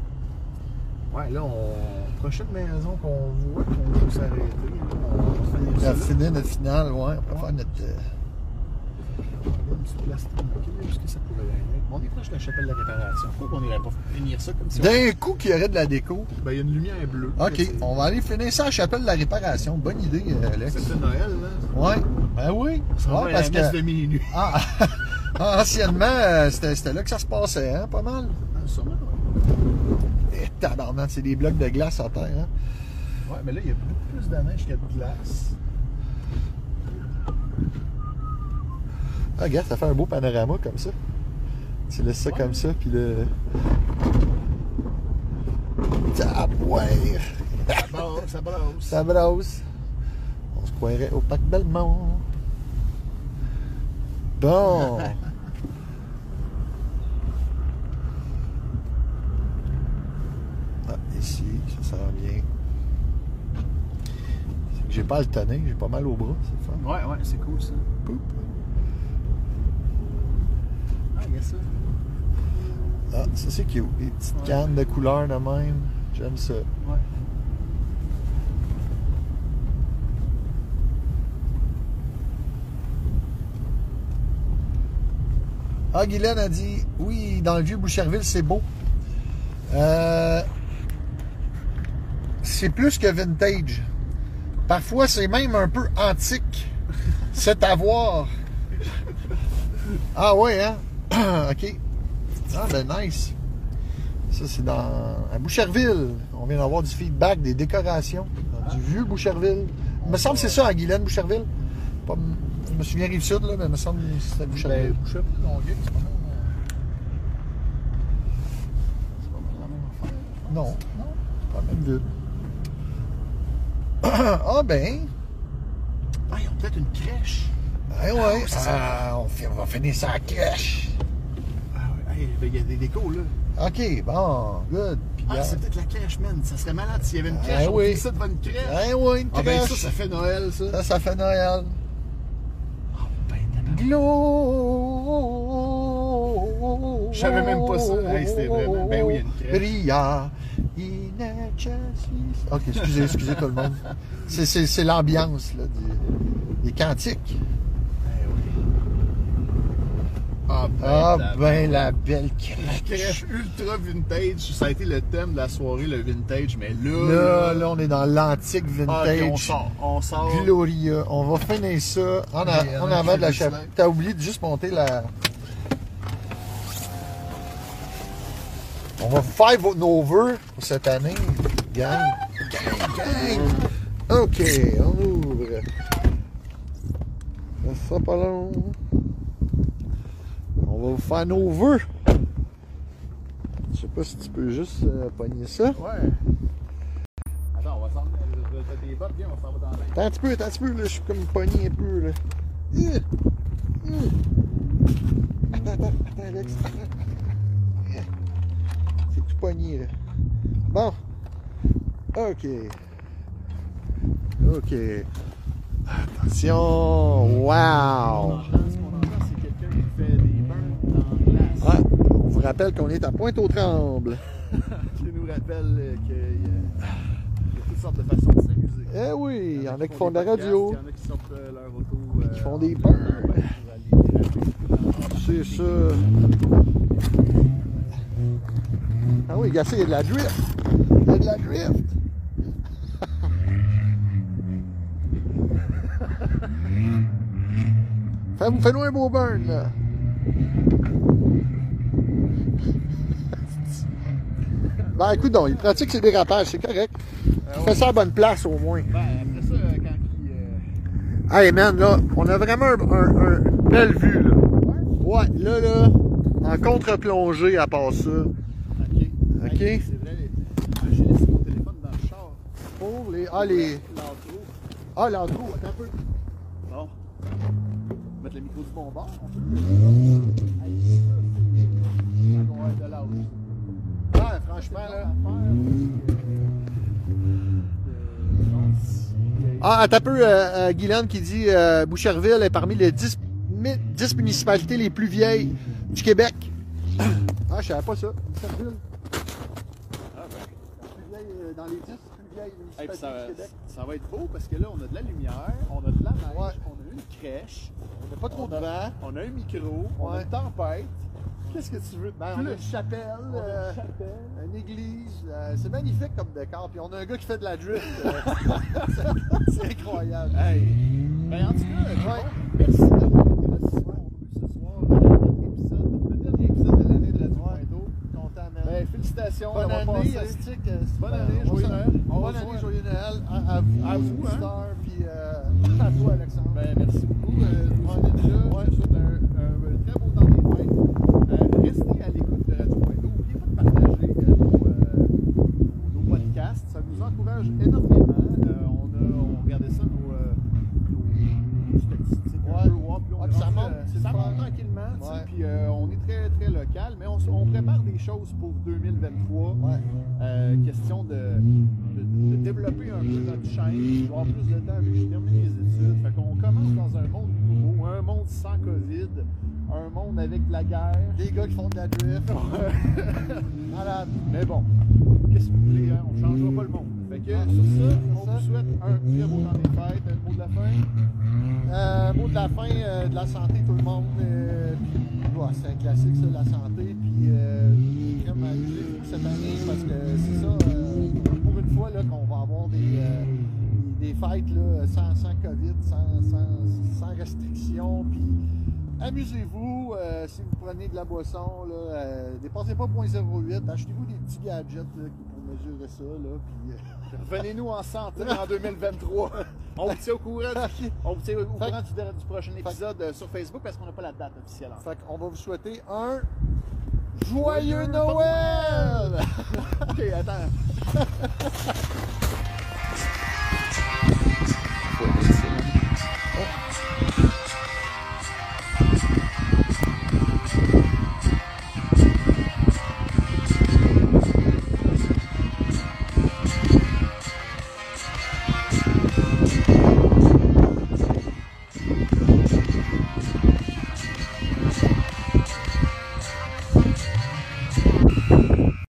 Speaker 1: Ouais, là, on... prochaine maison qu'on voit, qu'on veut s'arrêter, là, on va finir
Speaker 2: On
Speaker 1: ça.
Speaker 2: a
Speaker 1: là.
Speaker 2: fini notre finale, ouais. On va faire notre. euh,
Speaker 1: regarde sur place tranquille, où est-ce que ça pourrait être? On est proche de la chapelle de la réparation. Pourquoi qu'on irait pas finir ça comme si on...
Speaker 2: D'un coup, qu'il y aurait de la déco.
Speaker 1: Ben, il y a une lumière bleue.
Speaker 2: OK, on va aller finir ça à la chapelle de la réparation. Bonne idée, euh, Alex.
Speaker 1: C'est Noël, là.
Speaker 2: Ouais. Ben oui.
Speaker 1: On
Speaker 2: Ouais,
Speaker 1: va à
Speaker 2: parce
Speaker 1: la messe
Speaker 2: que...
Speaker 1: de minuit.
Speaker 2: Ah, ah, anciennement, euh, c'était c'était là que ça se passait, hein, pas mal.
Speaker 1: Ah, sûrement, ouais.
Speaker 2: Eh, tabarnak, c'est des blocs de glace à terre, hein.
Speaker 1: Ouais, mais là, il y a beaucoup plus de neige que de glace.
Speaker 2: Ah, regarde, ça fait un beau panorama comme ça. Tu laisses ça
Speaker 1: Ouais.
Speaker 2: comme ça, puis le... Tabouère!
Speaker 1: Ça brasse, ça brasse.
Speaker 2: Ça brosse! On se croirait au Parc Belmont. Bon! ah, ici, ça sent bien. C'est que J'ai pas le tonner, j'ai pas mal au bras, c'est le fun.
Speaker 1: Ouais, ouais, c'est cool, ça.
Speaker 2: Poup.
Speaker 1: Ah, il y a ça.
Speaker 2: Ah, ça c'est cute. Des petites
Speaker 1: Ouais.
Speaker 2: cannes de couleur de même. J'aime ça.
Speaker 1: Ouais.
Speaker 2: Ah, Guylaine a dit oui, dans le vieux Boucherville, c'est beau. Euh, c'est plus que vintage. Parfois, c'est même un peu antique. C'est à voir. Ah ouais, hein? OK. Ah ben nice. Ça, c'est dans à Boucherville. On vient d'avoir du feedback des décorations. Du vieux Boucherville. Il me semble que c'est ça à Guylaine, Boucherville. Pas- je me souviens Rive-Sud, là, mais il me semble que c'est à
Speaker 1: Ben,
Speaker 2: Boucherville.
Speaker 1: Boucherville, Longueuil, c'est pas mal. euh, C'est pas mal la même affaire.
Speaker 2: Non, non, pas la même ville. ah ben,
Speaker 1: Ah, ils ont peut-être une crèche.
Speaker 2: eh ouais,
Speaker 1: Oh, c'est
Speaker 2: ah, on, fi- on va finir ça à crèche.
Speaker 1: Ah, ouais, hey, ben, il y a des décos, là.
Speaker 2: Ok, bon, good. Puis,
Speaker 1: Ah,
Speaker 2: ah,
Speaker 1: c'est peut-être la crèche, man. Ça serait malade s'il y avait une
Speaker 2: Ah,
Speaker 1: crèche. on
Speaker 2: oui.
Speaker 1: finit ça devant une crèche.
Speaker 2: eh ouais, une
Speaker 1: ah, ben, ça,
Speaker 2: crèche.
Speaker 1: ça fait Noël, ça.
Speaker 2: ça, ça fait Noël.
Speaker 1: Ah, ben, tabarnak.
Speaker 2: Glow.
Speaker 1: Je savais même pas ça. Hey, c'était vraiment- ben oui, il y a une crèche.
Speaker 2: Ria. in a chassis. Ok, excusez, excusez tout le monde. C'est- C'est c'est l'ambiance là, du- des
Speaker 1: Eh
Speaker 2: cantiques.
Speaker 1: oui. Ah, ben,
Speaker 2: Ah
Speaker 1: tabarnak.
Speaker 2: ben la belle crèche.
Speaker 1: crèche ultra vintage. Ça a été le thème de la soirée, le vintage, mais là.
Speaker 2: Là, là, on est dans l'antique
Speaker 1: ah, puis on
Speaker 2: vintage.
Speaker 1: sort. On sort.
Speaker 2: Gloria. On va finir ça en, a-
Speaker 1: Il y en a qui
Speaker 2: en avant de la
Speaker 1: veulent
Speaker 2: chapelle.
Speaker 1: se mettre.
Speaker 2: T'as oublié de juste monter la. On va faire vos- nos vœux pour cette année. Gang. Gang, gang. OK, on ouvre. Ça sera pas long. On va vous faire nos vœux. Je sais pas si tu peux juste euh, pogner ça.
Speaker 1: Ouais. Attends, on va s'en. T'as tes bottes, viens, on s'en va dans la.
Speaker 2: Attends un petit peu, attends un petit peu, là, je suis comme pogné un peu, là. Euh, euh. Attends, attends, attends, Alex, attends. Euh, C'est tout pogné, là. Bon. OK. OK. Attention. Wow.
Speaker 1: Ce qu'on entend, c'est quelqu'un qui fait des burns dans la glace.
Speaker 2: Ah, on vous rappelle qu'on est à Pointe-aux-Trembles.
Speaker 1: qui nous rappelle euh, qu'il y, a- il y a toutes sortes de façons de s'amuser.
Speaker 2: Eh oui, il y en a qui font de
Speaker 1: des
Speaker 2: la radio.
Speaker 1: podcasts, Il y en a qui sortent euh, leur auto. euh,
Speaker 2: Qui font des
Speaker 1: en-
Speaker 2: peurs.
Speaker 1: pour aller déraper.
Speaker 2: C'est ça. Ah oui, gars, il y a de la drift. Il y a de la drift. Fais- Fais-nous un beau burn, là. Ben, écoute donc, il pratique ses dérapages, c'est correct. Il fait ça à bonne place, au moins.
Speaker 1: Ben, après ça, euh, quand il. euh,
Speaker 2: Hey man, là, on a vraiment un, un- un- une belle vue là. Ouais, là là, en contre-plongée à part ça.
Speaker 1: Ok.
Speaker 2: Ok.
Speaker 1: Hey, C'est vrai. les- Ah, J'ai laissé mon téléphone dans le char.
Speaker 2: Pour les. Ah les.
Speaker 1: L'entrée.
Speaker 2: Ah l'entrée, attends un peu.
Speaker 1: Bon. Mettre le micro du bon bord. on peut. Hey, ça, c'est- Quand on va être de l'âge.
Speaker 2: Ah franchement là. Ah, attends un peu, euh, euh, Guylaine qui dit euh, Boucherville est parmi les 10, mi- 10 municipalités les plus vieilles du Québec. ah, je savais pas ça. Boucherville.
Speaker 1: Ah, ben.
Speaker 2: la plus vieille, euh, Dans les 10 plus vieilles
Speaker 1: Hey, puis
Speaker 2: municipalités
Speaker 1: ça,
Speaker 2: du Québec.
Speaker 1: ça va être beau parce que là, on a de la lumière, on a de la neige,
Speaker 2: Ouais.
Speaker 1: on a une
Speaker 4: une crèche,
Speaker 2: On n'a pas trop
Speaker 4: on
Speaker 2: de vent.
Speaker 4: a, on a un micro, on a
Speaker 2: Ouais.
Speaker 4: une tempête. Qu'est-ce que tu veux de
Speaker 2: Ben,
Speaker 4: plus?
Speaker 2: on a une chapelle,
Speaker 4: On a une
Speaker 2: euh,
Speaker 4: chapelle.
Speaker 2: une église. euh, c'est magnifique comme décor. Puis on a un gars qui fait de la drift. euh, c'est incroyable.
Speaker 4: Hey. Ben, en tout cas,
Speaker 2: Ouais.
Speaker 4: merci d'avoir été là ce soir. On a eu ce soir euh, notre épisode, le dernier épisode de l'année de la Toronto.
Speaker 2: Content, man.
Speaker 1: Ben, félicitations
Speaker 2: Bonne
Speaker 1: d'avoir
Speaker 2: année,
Speaker 1: passé.
Speaker 2: Astic.
Speaker 1: Bonne année, joyeux Noël.
Speaker 2: Bonne
Speaker 1: On se
Speaker 2: année,
Speaker 1: voit.
Speaker 2: joyeux Noël. À, à vous,
Speaker 1: À vous, hein.
Speaker 2: Star, puis euh, à toi, Alexandre.
Speaker 1: Ben, merci beaucoup. Euh, je vous
Speaker 2: Ouais.
Speaker 1: souhaite déjà
Speaker 2: Ouais.
Speaker 1: je vous souhaite un, un- un très beau temps des fêtes. Euh, restez à l'écoute euh, de Radio Pointeau. N'oubliez pas de partager euh, nos, euh, nos- nos podcasts. Ça nous encourage énormément. Euh, on, a, on regardait ça, nos, euh, nos statistiques. Un
Speaker 2: Ouais.
Speaker 1: peu, ouais, puis on
Speaker 2: Ouais,
Speaker 1: est
Speaker 2: puis ça
Speaker 1: rendu,
Speaker 2: monte,
Speaker 1: euh,
Speaker 2: c'est
Speaker 1: ça
Speaker 2: le fun.
Speaker 1: monte tranquillement. tu sais,
Speaker 2: Ouais.
Speaker 1: Puis euh, on est très, très local. Mais on, s- on prépare des choses pour 2023.
Speaker 2: Ouais.
Speaker 1: Euh, question de, de- de développer un peu notre chaîne, avoir plus de temps vu que je termine mes études. Fait qu'on commence dans un monde nouveau, un monde sans COVID, un monde avec de la guerre.
Speaker 2: Des gars qui font de la drift. Malade.
Speaker 1: Mais bon, qu'est-ce que vous voulez, hein? on changera pas le monde. Fait que sur ça, on vous souhaite un très beau temps des fêtes, un mot de la fin.
Speaker 2: Euh, mot de la fin, euh, de la santé tout le monde. euh, puis, ouais, c'est un classique ça, de la santé. Puis euh, crème à l'huile pour cette année parce que c'est ça, euh, pour une fois là, qu'on va avoir des, euh, des des fêtes là, sans, sans COVID, sans, sans, sans restriction. Puis amusez-vous. euh, si vous prenez de la boisson, là, euh, dépensez pas 0.08. Achetez-vous des petits gadgets là, qui- pour mesurer ça. Là, puis, euh,
Speaker 1: Revenez-nous en santé en 2023. On vous tient au courant, du, on vous tient au
Speaker 2: Fait-
Speaker 1: courant du, der- du prochain épisode euh, sur Facebook parce qu'on n'a pas la date officielle encore.
Speaker 2: fait qu'on va vous souhaiter un joyeux Noël!
Speaker 1: Ok, attends.